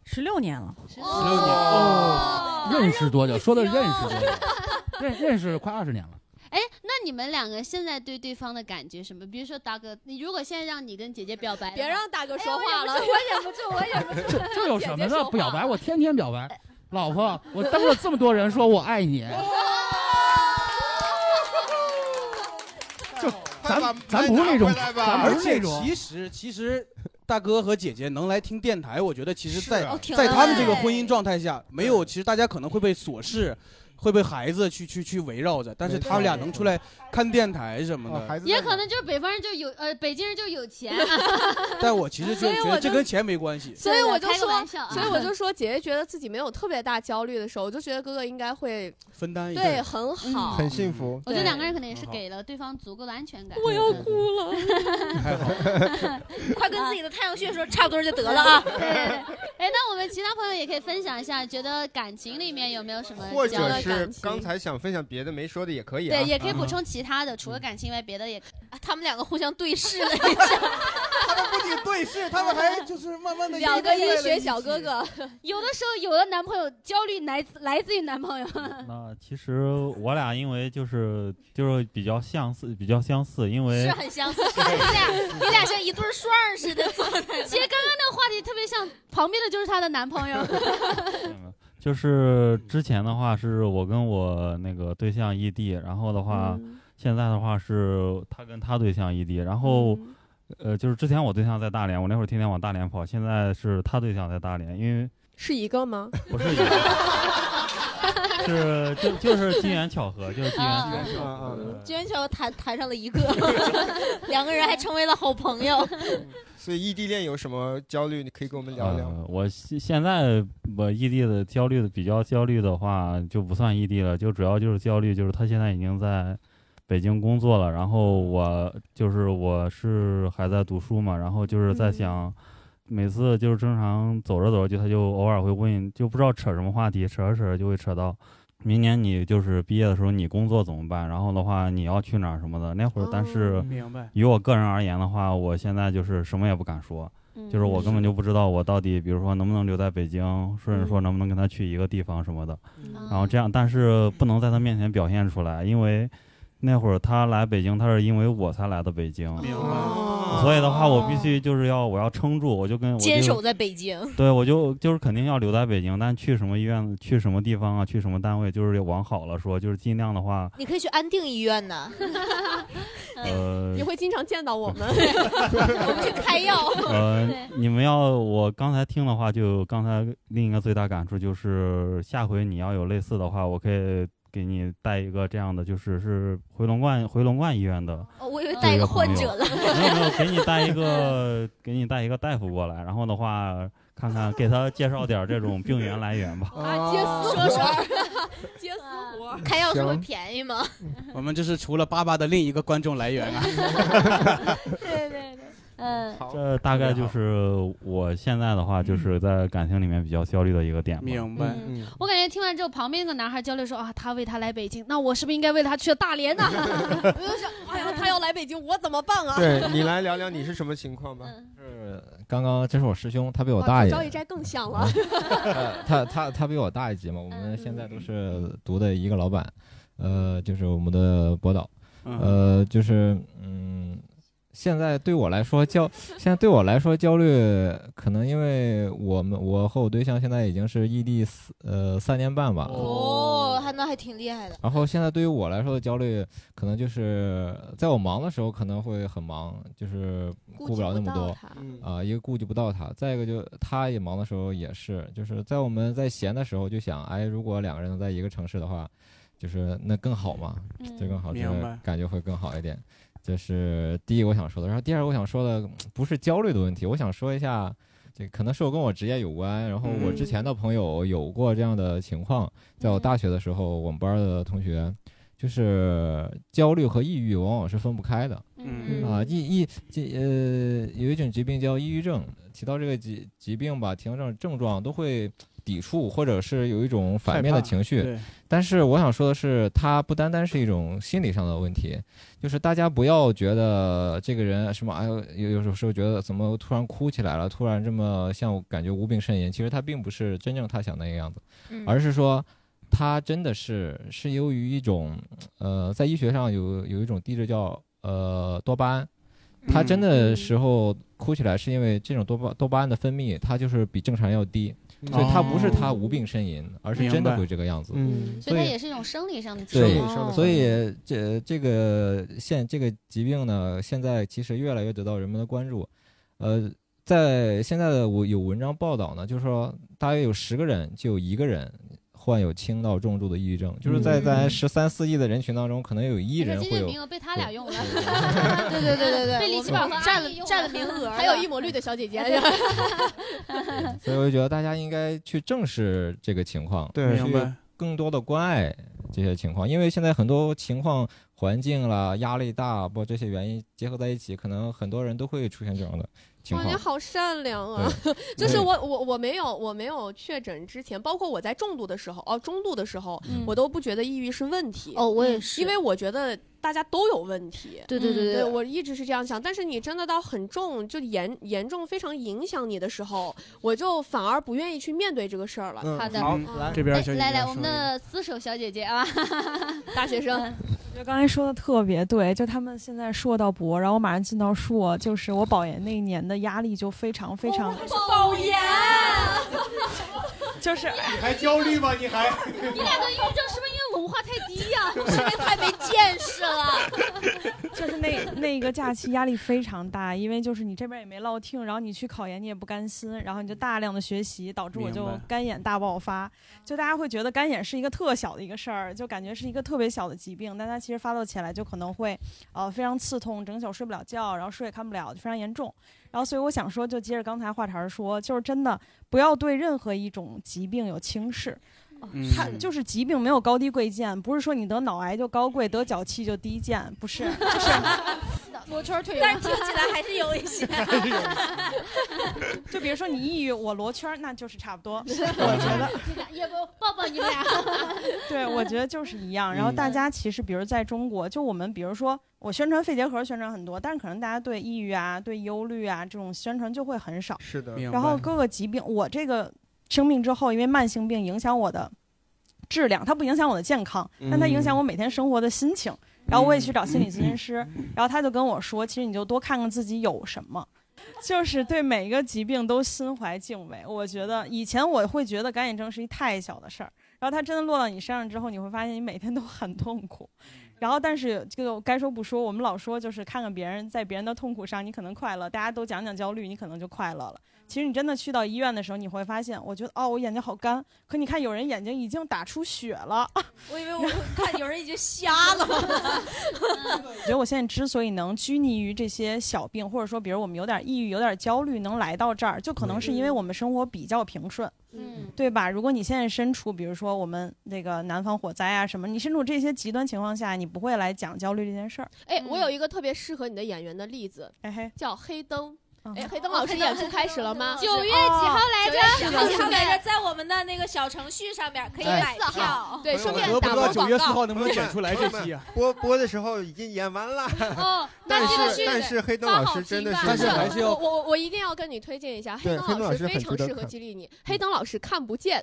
[SPEAKER 15] 十六年了，
[SPEAKER 2] 十
[SPEAKER 14] 十六年，哦，认识多久？说的认识多久？ 认认识快二十年了。
[SPEAKER 2] 哎，那你们两个现在对对方的感觉什么？比如说大哥，你如果现在让你跟姐姐表白的话，
[SPEAKER 16] 别让大哥说话了
[SPEAKER 2] 哎我忍不住，我 忍不住，我忍不住。
[SPEAKER 14] 这有什么的？表白，我天天表白。老婆，我当着这么多人说我爱你，
[SPEAKER 5] 就
[SPEAKER 14] 咱咱不是那种，咱不
[SPEAKER 3] 而
[SPEAKER 14] 是那
[SPEAKER 3] 且
[SPEAKER 14] 种。
[SPEAKER 3] 其实其实大哥和姐姐能来听电台，我觉得其实在，
[SPEAKER 5] 啊
[SPEAKER 14] 哦
[SPEAKER 3] 在
[SPEAKER 14] 挺
[SPEAKER 3] 他们这个婚姻
[SPEAKER 2] 哎
[SPEAKER 3] 状态下，没有其实大家可能会被琐事。会被孩子去去去围绕着，但是他们俩能出来看电台什
[SPEAKER 5] 哦
[SPEAKER 3] 么的，
[SPEAKER 2] 也可能就是北方人就有，呃，北京人就有钱。啊
[SPEAKER 3] 但我其实就
[SPEAKER 16] 所以
[SPEAKER 3] 觉
[SPEAKER 16] 我
[SPEAKER 3] 得
[SPEAKER 16] 就
[SPEAKER 3] 这跟钱没关系。
[SPEAKER 16] 所以我就
[SPEAKER 2] 开个
[SPEAKER 16] 说
[SPEAKER 2] 玩笑，啊
[SPEAKER 16] 所以我就说，姐姐觉得自己没有特别大焦虑的时候，我就觉得哥哥应该会
[SPEAKER 3] 分担一下，
[SPEAKER 16] 对很好，
[SPEAKER 5] 嗯很幸福。
[SPEAKER 2] 我觉得两个人可能也是给了对方足够的安全感。嗯
[SPEAKER 16] 我要哭
[SPEAKER 2] 了，
[SPEAKER 4] 快跟自己的太阳穴说差不多就得了啊。
[SPEAKER 2] 对，哎，那我们其他朋友也可以分享一下，觉得感情里面有没有什么
[SPEAKER 5] 或
[SPEAKER 2] 交流
[SPEAKER 5] 者
[SPEAKER 2] 的
[SPEAKER 5] 是
[SPEAKER 2] 感情
[SPEAKER 5] 刚才想分享别的没说的也可以啊，
[SPEAKER 2] 对，也
[SPEAKER 3] 嗯
[SPEAKER 2] 可以补
[SPEAKER 5] 啊。
[SPEAKER 2] 充其他的，除了感情以外，别的也可以。
[SPEAKER 4] 啊他们两个互相对视了一 下，
[SPEAKER 5] 他们不仅对视，他们还就是慢慢地
[SPEAKER 2] 两
[SPEAKER 5] 两
[SPEAKER 2] 个
[SPEAKER 5] 个
[SPEAKER 2] 医
[SPEAKER 5] 医
[SPEAKER 2] 学
[SPEAKER 5] 学
[SPEAKER 2] 小
[SPEAKER 5] 小
[SPEAKER 2] 哥
[SPEAKER 5] 哥
[SPEAKER 2] 哥，有的时候有的男朋友焦虑来自来自于男朋友，
[SPEAKER 7] 那其实我俩因为就是就是比较相似，比较相似，因为
[SPEAKER 2] 啊
[SPEAKER 4] 是很相似，是你俩你俩像一对儿双儿似的坐在
[SPEAKER 2] 其实刚刚那个话题特别像，旁边的就是她的男朋友。
[SPEAKER 7] 就是之前的话是我跟我那个对象异地，然后的话、现在的话是他跟他对象异地，然后、呃就是之前我对象在大连，我那会儿天天往大连跑，现在是他对象在大连，因为
[SPEAKER 16] 是一个吗？
[SPEAKER 7] 不是一个是就就是机缘巧合，就是机缘巧合。
[SPEAKER 4] 居然就谈谈上了一个，两个人还成为了好朋友。
[SPEAKER 5] 所以异地恋有什么焦虑？你可以跟我们聊
[SPEAKER 3] 啊
[SPEAKER 5] 聊。
[SPEAKER 7] 呃我现现在我异地的焦虑的比较焦虑的话，就不算异地了，就主要就是焦虑，就是他现在已经在北京工作了，然后我就是我是还在读书嘛，然后就是在想。每次就是正常走着走着，就他就偶尔会问，就不知道扯什么话题，扯着扯着就会扯到，明年你就是毕业的时候你工作怎么办？然后的话你要去哪儿什么的。那会儿，但是
[SPEAKER 3] 明白
[SPEAKER 7] 于我个人而言的话，我现在就是什么也不敢说，
[SPEAKER 2] 嗯
[SPEAKER 7] 就是我根本就不知道我到底，比如说能不能留在北京，甚至说能不能跟他去一个地方什么的。
[SPEAKER 4] 嗯
[SPEAKER 7] 然后这样，但是不能在他面前表现出来，因为那会儿他来北京，他是因为我才来的北京。所以的话，我必须就是要我要撑住，我就跟我就
[SPEAKER 4] 哦坚守在北京
[SPEAKER 7] 对，我就就是肯定要留在北京，但去什么医院、去什么地方啊、去什么单位，就是往好了说，就是尽量的话，
[SPEAKER 4] 你可以去安定医院呢，
[SPEAKER 7] 呃
[SPEAKER 16] 你，会经常见到我 们，
[SPEAKER 4] 我们去开药。
[SPEAKER 7] 呃， 你们要我刚才听的话，就刚才另一个最大感触就是，下回你要有类似的话，我可以给你带一个这样的，就是是回龙观回龙观医院的
[SPEAKER 1] 哦我以为
[SPEAKER 7] 这
[SPEAKER 1] 带一
[SPEAKER 7] 一
[SPEAKER 1] 个
[SPEAKER 7] 个
[SPEAKER 1] 患
[SPEAKER 7] 朋友
[SPEAKER 1] 者了
[SPEAKER 7] 没有没有，给你带一个给你带一个大夫过来，然后的话看看给他介绍点这种病源来 源吧。
[SPEAKER 5] 哦
[SPEAKER 4] 啊，接私活儿， 接私活儿，
[SPEAKER 1] 开药
[SPEAKER 3] 是会行
[SPEAKER 1] 便宜吗？
[SPEAKER 3] 我们这是除了爸爸的另一个观众 来源啊。
[SPEAKER 1] 对对对，嗯，
[SPEAKER 7] 这大概就是我现在的话，就是在感情里面比较焦虑的一个点吧。
[SPEAKER 3] 明白嗯
[SPEAKER 2] 我感觉听完之后，旁边那个男孩焦虑说啊，他为他来北京，那我是不是应该为了他去了大 连呢？
[SPEAKER 4] 我就想，哎呀，他要来北京，我怎么办啊？
[SPEAKER 5] 对 你来聊聊你是什么情况吧。
[SPEAKER 2] 嗯
[SPEAKER 8] 是刚刚这是我师兄，他比我
[SPEAKER 16] 啊
[SPEAKER 4] 哇
[SPEAKER 8] 大一
[SPEAKER 4] 赵
[SPEAKER 8] 点
[SPEAKER 4] 一，斋更像了。
[SPEAKER 7] 嗯
[SPEAKER 8] 呃他他他比我大一级嘛，我
[SPEAKER 4] 嗯
[SPEAKER 8] 们现在都是读的一个老板，呃，就是我们的博导，呃，就是嗯，现在对我来说焦，现在对我来说焦虑，可能因为我们我和我对象现在已经是异地四呃三年半吧，
[SPEAKER 4] 哦，他那还挺厉害的。
[SPEAKER 8] 然后现在对于我来说的焦虑，可能就是在我忙的时候可能会很忙，就是顾不了那么多
[SPEAKER 4] 顾及不到
[SPEAKER 8] 啊、
[SPEAKER 3] 嗯
[SPEAKER 8] 一个顾及不到他，再一个就他也忙的时候也是，就是在我们在闲的时候就想，哎，如果两个人在一个城市的话，就是那更好嘛，就更好，这
[SPEAKER 3] 明
[SPEAKER 8] 个
[SPEAKER 3] 白
[SPEAKER 8] 感觉会更好一点。这是第一个我想说的，然后第二个我想说的嗯不是焦虑的问题，我想说一下。这可能是我跟我职业有关，然后我之前的朋友有过这样的情况，在我大学的时候，我们班儿的同学就是焦虑和抑郁往往是分不开的，
[SPEAKER 3] 嗯
[SPEAKER 8] 啊，抑抑这呃有一种疾病叫抑郁症，提到这个疾疾病吧，提到这种症状都会抵触或者是有一种反面的
[SPEAKER 7] 害怕
[SPEAKER 8] 情绪
[SPEAKER 7] 对，
[SPEAKER 8] 但是我想说的是，它不单单是一种心理上的问题，就是大家不要觉得这个人什么，哎呦，有有时候觉得怎么突然哭起来了，突然这么像我感觉无病呻吟，其实他并不是真正他想那个样子，
[SPEAKER 7] 嗯
[SPEAKER 8] 而是说。他真的是是由于一种，呃，在医学上有有一种地质叫呃多巴胺，他真的时候哭起来是因为这种多巴多巴胺的分泌，它就是比正常要低，所以他不是他无病呻吟，而是真的会这个样子。
[SPEAKER 5] 嗯
[SPEAKER 2] 所以它也是一种生理上的疾
[SPEAKER 8] 对
[SPEAKER 2] 病，哦，
[SPEAKER 8] 所以这这个现这个疾病呢，现在其实越来越得到人们的关注。呃，在现在的我有文章报道呢，就是说大约有十个人就有一个人患有轻到重度的抑郁症，就是在咱
[SPEAKER 7] 嗯
[SPEAKER 8] 十三四亿的人群当中，可能有一亿
[SPEAKER 2] 而且
[SPEAKER 8] 人
[SPEAKER 2] 这
[SPEAKER 8] 会
[SPEAKER 2] 些
[SPEAKER 8] 有。
[SPEAKER 2] 名额被他俩用了，
[SPEAKER 4] 对对对对对，
[SPEAKER 2] 被李奇宝和阿姨
[SPEAKER 4] 占了
[SPEAKER 2] 用
[SPEAKER 4] 占了 名额，
[SPEAKER 2] 还
[SPEAKER 4] 还
[SPEAKER 2] 有
[SPEAKER 4] 有
[SPEAKER 2] 一
[SPEAKER 4] 一
[SPEAKER 2] 抹
[SPEAKER 4] 抹
[SPEAKER 2] 绿
[SPEAKER 4] 绿
[SPEAKER 2] 的
[SPEAKER 4] 的
[SPEAKER 2] 小
[SPEAKER 4] 小
[SPEAKER 2] 姐
[SPEAKER 4] 姐
[SPEAKER 2] 姐
[SPEAKER 4] 姐。
[SPEAKER 8] 所以我就觉得大家应该去正视这个情况，
[SPEAKER 3] 对
[SPEAKER 8] 去
[SPEAKER 3] 明白
[SPEAKER 8] 更多的关爱这些情况，因为现在很多情况、环境啦、压力大，不这些原因结合在一起，可能很多人都会出现这样的情
[SPEAKER 16] 哇，
[SPEAKER 8] 况
[SPEAKER 16] 你。好善良啊！ 就是我我我没有我没有确诊之前，包括我在重度的时候，哦中度的时候，
[SPEAKER 4] 嗯
[SPEAKER 16] 我都不觉得抑郁是问题。嗯
[SPEAKER 4] 哦我也是
[SPEAKER 16] 因为我觉得大家都有问题。嗯
[SPEAKER 4] 对对对对
[SPEAKER 16] 对，我一直是这样想。但是你真的到很重，就严严重非常影响你的时候，我就反而不愿意去面对这个事儿了。
[SPEAKER 2] 嗯好的
[SPEAKER 16] 嗯
[SPEAKER 2] 好
[SPEAKER 10] 这边
[SPEAKER 2] 哎
[SPEAKER 10] 小姐姐
[SPEAKER 2] 来来，
[SPEAKER 10] 说
[SPEAKER 2] 我们的厮守小姐姐啊，
[SPEAKER 16] 大学生，
[SPEAKER 10] 我觉得刚才说的特别对，就他们现在硕到博，然后我马上进到硕，就是我保研那一年的压力就非常非
[SPEAKER 2] 哦
[SPEAKER 10] 常，
[SPEAKER 4] 保研，
[SPEAKER 10] 就是
[SPEAKER 5] 你还焦虑吗？你还
[SPEAKER 2] 你俩的抑郁症是不是因为文化太低呀、
[SPEAKER 4] 是不是太没见识了？
[SPEAKER 10] 就是那那一个假期压力非常大，因为就是你这边也没落听，然后你去考研你也不甘心，然后你就大量的学习，导致我就
[SPEAKER 20] 嗯明白
[SPEAKER 10] 干眼大爆发。就大家会觉得干眼是一个特小的一个事儿，就感觉是一个特别小的疾病，但它其实发作起来就可能会呃非常刺痛，整宿睡不了觉，然后书也看不了，就非常严重。然后所以我想说，就接着刚才话茬儿说，就是真的不要对任何一种疾病有轻视。
[SPEAKER 20] 嗯
[SPEAKER 10] 它就是疾病没有高低贵贱，不是说你得脑癌就高贵，得脚气就低贱，不是，就是
[SPEAKER 4] 罗圈腿，
[SPEAKER 10] 但是听起来还
[SPEAKER 4] 是有一些
[SPEAKER 10] 就比如说你抑郁，我罗圈儿，那就是差不多。 我觉得，
[SPEAKER 2] 你 俩也不抱抱你们俩，
[SPEAKER 10] 对，我觉得就是一 样。然后
[SPEAKER 5] 嗯
[SPEAKER 10] 大家其实，比如在中国，就我们，比如说我宣传肺结核宣传很多，但是可能大家对抑郁啊、对忧虑啊这种宣传就会很少。
[SPEAKER 5] 是的
[SPEAKER 10] 然后各个疾病，我这个生病之后，因为慢性病影响我的质量，它不影响我的健康，但它影
[SPEAKER 5] 嗯
[SPEAKER 10] 响我每天生活的心情。然后我也去找心理咨询师，然后他就跟我说，其实你就多看看自己有什么。 就是对每一个疾病都心怀敬畏。我觉得以前我会觉得干眼症是一太小的事儿，然后它真的落到你身上之后，你会发现你每天都很痛苦。然后，但是这个该说不说，我们老说就是看看别人在别人的痛苦上，你可能快乐；大家都讲讲焦虑，你可能就快乐了。其实你真的去到医院的时候，你会发现，我觉得哦，我眼睛好干，可你看有人眼睛已经打出血了。
[SPEAKER 4] 我以为我看有人已经瞎 了。
[SPEAKER 10] 我觉得我现在之所以能拘泥于这些小病，或者说，比如我们有点抑郁、有点焦虑，能来到这儿，就可能是因为我们生活比较平顺，
[SPEAKER 4] 嗯，
[SPEAKER 10] 对吧？如果你现在身处，比如说我们那个南方火灾啊什么，你身处这些极端情况下，你不会来讲焦虑这件事儿。
[SPEAKER 16] 哎，我有一个特别适合你的演员的例子，叫黑灯。哎，黑
[SPEAKER 4] 哦
[SPEAKER 16] 灯老师演出开始了吗？
[SPEAKER 4] 九月几号来着？哦九月几号来着？在我们的那个小程序上面可以买票。
[SPEAKER 16] 对，顺便
[SPEAKER 3] 呃我都
[SPEAKER 16] 打
[SPEAKER 3] 不知
[SPEAKER 16] 波广
[SPEAKER 3] 道九
[SPEAKER 16] 告。
[SPEAKER 3] 月四号能不能选出来这期啊？
[SPEAKER 5] 播播的时候已经演完了。
[SPEAKER 4] 哦，
[SPEAKER 5] 但
[SPEAKER 16] 那这个
[SPEAKER 5] 是
[SPEAKER 16] 是
[SPEAKER 5] 但是黑灯
[SPEAKER 16] 发
[SPEAKER 5] 老
[SPEAKER 16] 好
[SPEAKER 5] 师真的
[SPEAKER 16] 评
[SPEAKER 5] 是，
[SPEAKER 16] 吧我我我一定要跟你推荐一下，黑
[SPEAKER 5] 对
[SPEAKER 16] 灯
[SPEAKER 5] 黑灯
[SPEAKER 16] 老
[SPEAKER 5] 老师
[SPEAKER 16] 非
[SPEAKER 5] 很
[SPEAKER 16] 常
[SPEAKER 5] 值得
[SPEAKER 16] 适合
[SPEAKER 5] 看
[SPEAKER 16] 激励你。黑灯老师看不 见，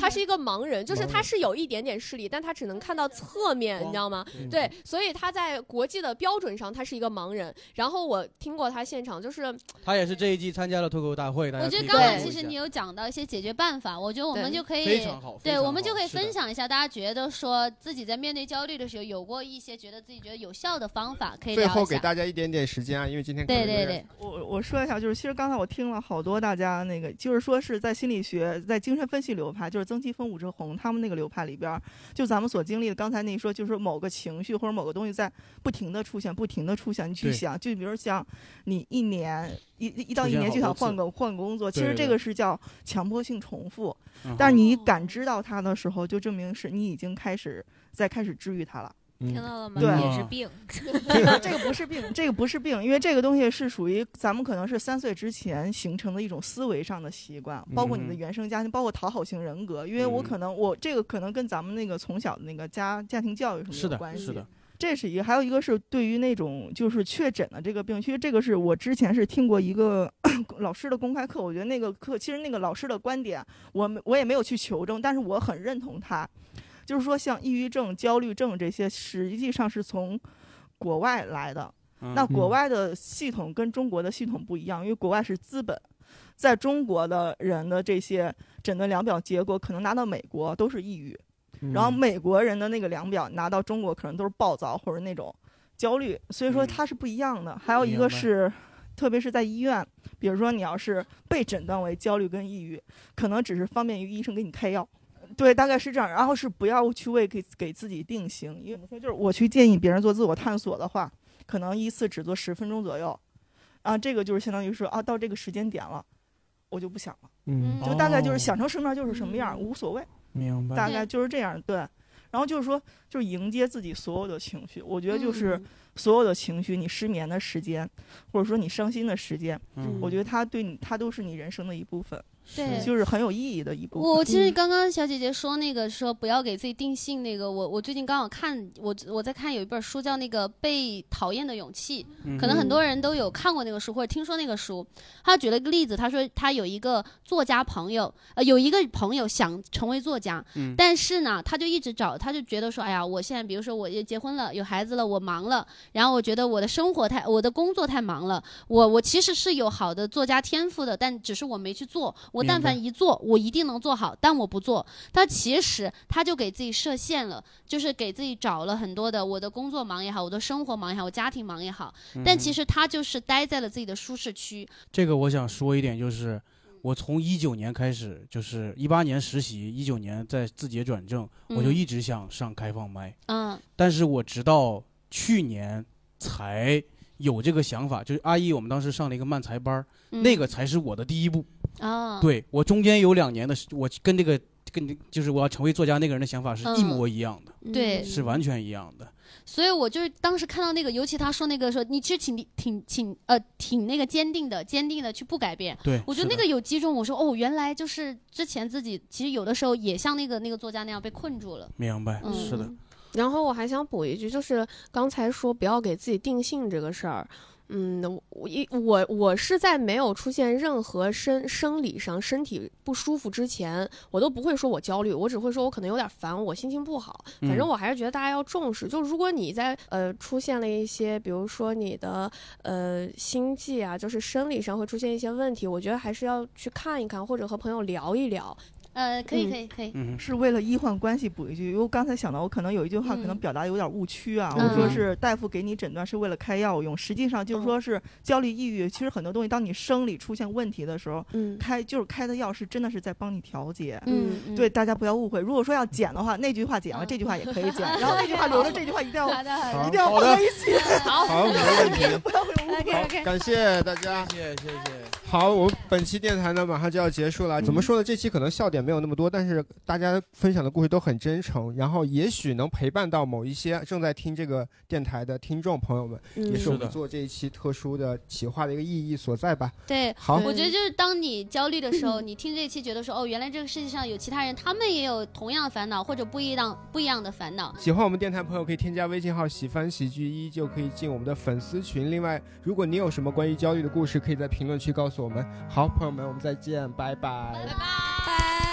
[SPEAKER 16] 他是一个盲人，就是他是有一点点视力，但他只能看到侧面，你知道吗？
[SPEAKER 5] 嗯
[SPEAKER 16] 对，所以他在国际的标准上他是一个盲人。然后我听过他现场，就是
[SPEAKER 3] 他也是这一季参加了脱口秀大会，大家
[SPEAKER 2] 我觉
[SPEAKER 3] 可
[SPEAKER 2] 得
[SPEAKER 3] 以
[SPEAKER 2] 刚才
[SPEAKER 3] 关注
[SPEAKER 2] 其
[SPEAKER 3] 一
[SPEAKER 2] 实
[SPEAKER 3] 下
[SPEAKER 2] 你有讲到一些解决办法，我觉得我们
[SPEAKER 3] 对
[SPEAKER 2] 就可以
[SPEAKER 3] 非常好非
[SPEAKER 2] 对，
[SPEAKER 3] 常
[SPEAKER 2] 我们就可以
[SPEAKER 3] 好是的
[SPEAKER 2] 分享一下，大家觉得说自己在面对焦虑的时候，有过一些觉得自己觉得有效的方法，可以
[SPEAKER 5] 最
[SPEAKER 2] 聊
[SPEAKER 5] 后
[SPEAKER 2] 一
[SPEAKER 5] 给
[SPEAKER 2] 下。
[SPEAKER 5] 大家一点点时间啊，因为今天可能有点，
[SPEAKER 12] 我我说一下，就是其实刚才我听了好多大家那个，就是说是在心理学、在精神分析流派，就是曾奇峰、武志红他们那个流派里边儿，就咱们所经历的，刚才那一说，就是说某个情绪或者某个东西在不停的出现、不停的出现，你去
[SPEAKER 19] 对
[SPEAKER 12] 想，就比如想你一年一一到
[SPEAKER 19] 出
[SPEAKER 12] 一
[SPEAKER 19] 现
[SPEAKER 12] 年
[SPEAKER 19] 好
[SPEAKER 12] 就
[SPEAKER 19] 多
[SPEAKER 12] 想换
[SPEAKER 19] 次
[SPEAKER 12] 个换工作，其
[SPEAKER 19] 对
[SPEAKER 12] 实
[SPEAKER 19] 对
[SPEAKER 12] 这
[SPEAKER 19] 对
[SPEAKER 12] 个是叫强迫性重复
[SPEAKER 19] 嗯，
[SPEAKER 12] 但是你感知到它的时候，就证明是你已经开始在开始治愈它了。
[SPEAKER 19] 嗯
[SPEAKER 4] 听到了吗？
[SPEAKER 12] 对，
[SPEAKER 4] 也是病。
[SPEAKER 12] 这个 这个不是病，这个不是病，因为这个东西是属于咱们可能是三岁之前形成的一种思维上的习惯，包括你的
[SPEAKER 19] 嗯
[SPEAKER 12] 原生家庭，包括讨好型人格。因为我可能我这个可能跟咱们那个从小的那个家家庭教育什么
[SPEAKER 19] 是
[SPEAKER 12] 有
[SPEAKER 19] 的
[SPEAKER 12] 关系。
[SPEAKER 19] 是的
[SPEAKER 12] 这是一个，还有一个是对于那种就是确诊的这个病，其实这个是我之前是听过一个 老师的公开课，我觉得那个课其实那个老师的观点，我没我也没有去求证，但是我很认同他，就是说像抑郁症、焦虑症这些，实际上是从国外来的。
[SPEAKER 19] 嗯
[SPEAKER 12] 那国外的系统跟中国的系统不一样，因为国外是资本，在中国的人的这些诊断量表结果可能拿到美国都是抑郁，然后
[SPEAKER 19] 嗯
[SPEAKER 12] 美国人的那个量表拿到中国可能都是暴躁或者那种焦虑，所以说它是不一样的。还有
[SPEAKER 19] 嗯
[SPEAKER 12] 一
[SPEAKER 19] 明
[SPEAKER 12] 个
[SPEAKER 19] 白
[SPEAKER 12] 是，特别是在医院，比如说你要是被诊断为焦虑跟抑郁，可能只是方便于医生给你开药。对，大概是这样。然后是不要去为给给自己定型，因为我说就是我去建议别人做自我探索的话，可能一次只做十分钟左右，啊，这个就是相当于说啊，到这个时间点了，我就不想了，
[SPEAKER 3] 嗯
[SPEAKER 12] 就大概就是
[SPEAKER 3] 哦
[SPEAKER 12] 想成什么样就是什么样，无所谓。
[SPEAKER 3] 明白，
[SPEAKER 12] 大概就是这样，对。然后就是说，就是迎接自己所有的情绪。我
[SPEAKER 2] 嗯
[SPEAKER 12] 觉得就是所有的情绪，你失眠的时间，或者说你伤心的时间，
[SPEAKER 2] 嗯
[SPEAKER 12] 我觉得它对你，它都是你人生的一部分，
[SPEAKER 2] 对
[SPEAKER 12] 就是很有意义的一部分。
[SPEAKER 2] 我其
[SPEAKER 3] 嗯
[SPEAKER 2] 实刚刚小姐姐说那个说不要给自己定性那个，我我最近刚好看我我在看有一本书叫那个《被讨厌的勇气》，
[SPEAKER 19] 嗯
[SPEAKER 2] 可能很多人都有看过那个书或者听说那个书。他举了一个例子，他说他有一个作家朋友，呃，有一个朋友想成为作家，
[SPEAKER 19] 嗯
[SPEAKER 2] 但是呢，他就一直找，他就觉得说，哎呀，我现在比如说我也结婚了，有孩子了，我忙了，然后我觉得我的生活太，我的工作太忙了，我我其实是有好的作家天赋的，但只是我没去做，我但凡
[SPEAKER 19] 明白
[SPEAKER 2] 一做，我一定能做好，但我不做。他其实他就给自己设限了，就是给自己找了很多的，我的工作忙也好，我的生活忙也好，我家庭忙也好，但
[SPEAKER 3] 嗯
[SPEAKER 2] 其实他就是待在了自己的舒适区。
[SPEAKER 3] 这个我想说一点，就是我从一九年开始，就是一八年实习，一九年在字节转正，我就
[SPEAKER 2] 嗯
[SPEAKER 3] 一直想上开放麦。
[SPEAKER 2] 嗯
[SPEAKER 3] 但是我直到去年才有这个想法，就是阿姨，我们当时上了一个漫才班儿，
[SPEAKER 2] 嗯
[SPEAKER 3] 那个才是我的第一步。
[SPEAKER 2] 啊，
[SPEAKER 3] 对我中间有两年的时，我跟这个跟这就是我要成为作家那个人的想法是一
[SPEAKER 2] 嗯
[SPEAKER 3] 模一样的，
[SPEAKER 2] 对
[SPEAKER 3] 是完全一样的。
[SPEAKER 2] 所以我就是当时看到那个，尤其他说那个说你其实挺挺挺呃挺那个坚定的，坚定的去不改变。
[SPEAKER 3] 对
[SPEAKER 2] 我觉得
[SPEAKER 3] 是
[SPEAKER 2] 那
[SPEAKER 3] 的
[SPEAKER 2] 个有击中我说哦，原来就是之前自己其实有的时候也像那个那个作家那样被困住了。
[SPEAKER 3] 明白，
[SPEAKER 2] 嗯
[SPEAKER 3] 是的。
[SPEAKER 16] 然后我还想补一句，就是刚才说不要给自己定性这个事儿。嗯，我一我我是在没有出现任何生生理上身体不舒服之前，我都不会说我焦虑，我只会说我可能有点烦，我心情不好。反正
[SPEAKER 19] 嗯
[SPEAKER 16] 我还是觉得大家要重视。就如果你在呃出现了一些，比如说你的呃心悸啊，就是生理上会出现一些问题，我觉得还是要去看一看，或者和朋友聊一聊。
[SPEAKER 2] 呃，可以
[SPEAKER 12] 嗯
[SPEAKER 2] 可以可以，
[SPEAKER 12] 是为了医患关系补一句，因为我刚才想到，我可能有一句话可能
[SPEAKER 2] 嗯
[SPEAKER 12] 表达有点误区啊，
[SPEAKER 2] 嗯
[SPEAKER 12] 我说是大夫给你诊断是为了开药用，实际上就是
[SPEAKER 16] 嗯
[SPEAKER 12] 说是焦虑、抑郁，其实很多东西，当你生理出现问题的时候，
[SPEAKER 16] 嗯
[SPEAKER 12] 开就是开的药是真的是在帮你调节，
[SPEAKER 16] 嗯嗯
[SPEAKER 12] 对，大家不要误会，如果说要剪的话，那句话剪了，这句话也可以 剪，然后那句话留着，这句话一定要
[SPEAKER 2] 好的好的
[SPEAKER 12] 哎一定要
[SPEAKER 5] 好
[SPEAKER 12] 放
[SPEAKER 5] 的
[SPEAKER 12] 在一起，
[SPEAKER 5] 好 没问题
[SPEAKER 12] 不要有误会。
[SPEAKER 5] 感谢大家，
[SPEAKER 3] 谢谢谢谢。
[SPEAKER 5] 好，我们本期电台呢马上就要结
[SPEAKER 12] 嗯
[SPEAKER 5] 束了。怎么说呢？这期可能笑点没有那么多，但是大家分享的故事都很真诚，然后也许能陪伴到某一些正在听这个电台的听众朋友们，
[SPEAKER 2] 嗯
[SPEAKER 5] 也是我
[SPEAKER 2] 是
[SPEAKER 5] 们
[SPEAKER 2] 的
[SPEAKER 5] 做这一期特殊的企划的一个意义所在吧。
[SPEAKER 2] 对，
[SPEAKER 5] 好，
[SPEAKER 2] 我觉得就是当你焦虑的时候，你听这期觉得说，哦，原来这个世界上有其他人，他们也有同样的烦恼或者不一样不一样的烦恼。
[SPEAKER 5] 喜欢我们电台朋友可以添加微信号“喜欢喜剧一”，就可以进我们的粉丝群。另外，如果你有什么关于焦虑的故事，可以在评论区告诉我们。好，朋友们，我们再见，拜拜，拜拜。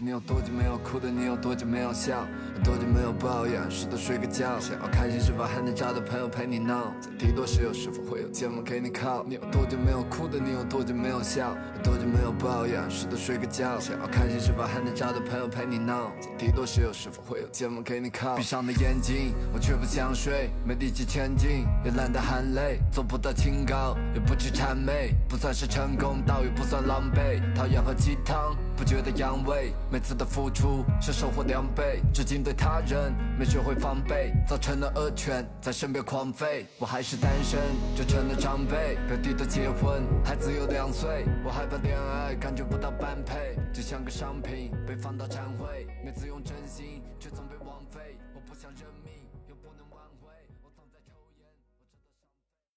[SPEAKER 19] 你有多久没有哭的？你有多久没有笑？有多久没有抱怨？试着睡个觉。想要开心是否还能找到朋友陪你闹？在低落时又是否会有肩膀给你靠？你有多久没有哭的？你有多久没有笑？有多久没有抱怨？试着睡个觉。想要开心是否还能找到朋友陪你闹？在低落时又是否会有肩膀给你靠？闭上了眼睛，我却不想睡，没力气前进，也懒得喊累，做不到清高，也不去谄媚，不算是成功，倒也不算狼狈。讨厌喝鸡汤，不觉得阳痿，每次的付出是收获两倍。至今对他人没学会防备，造成了恶犬在身边狂吠。我还是单身，就成了长辈。表弟都结婚，孩子有两岁，我害怕恋爱，感觉不到般配，就像个商品被放到展会，每次用真心却总被枉费。我不想认命。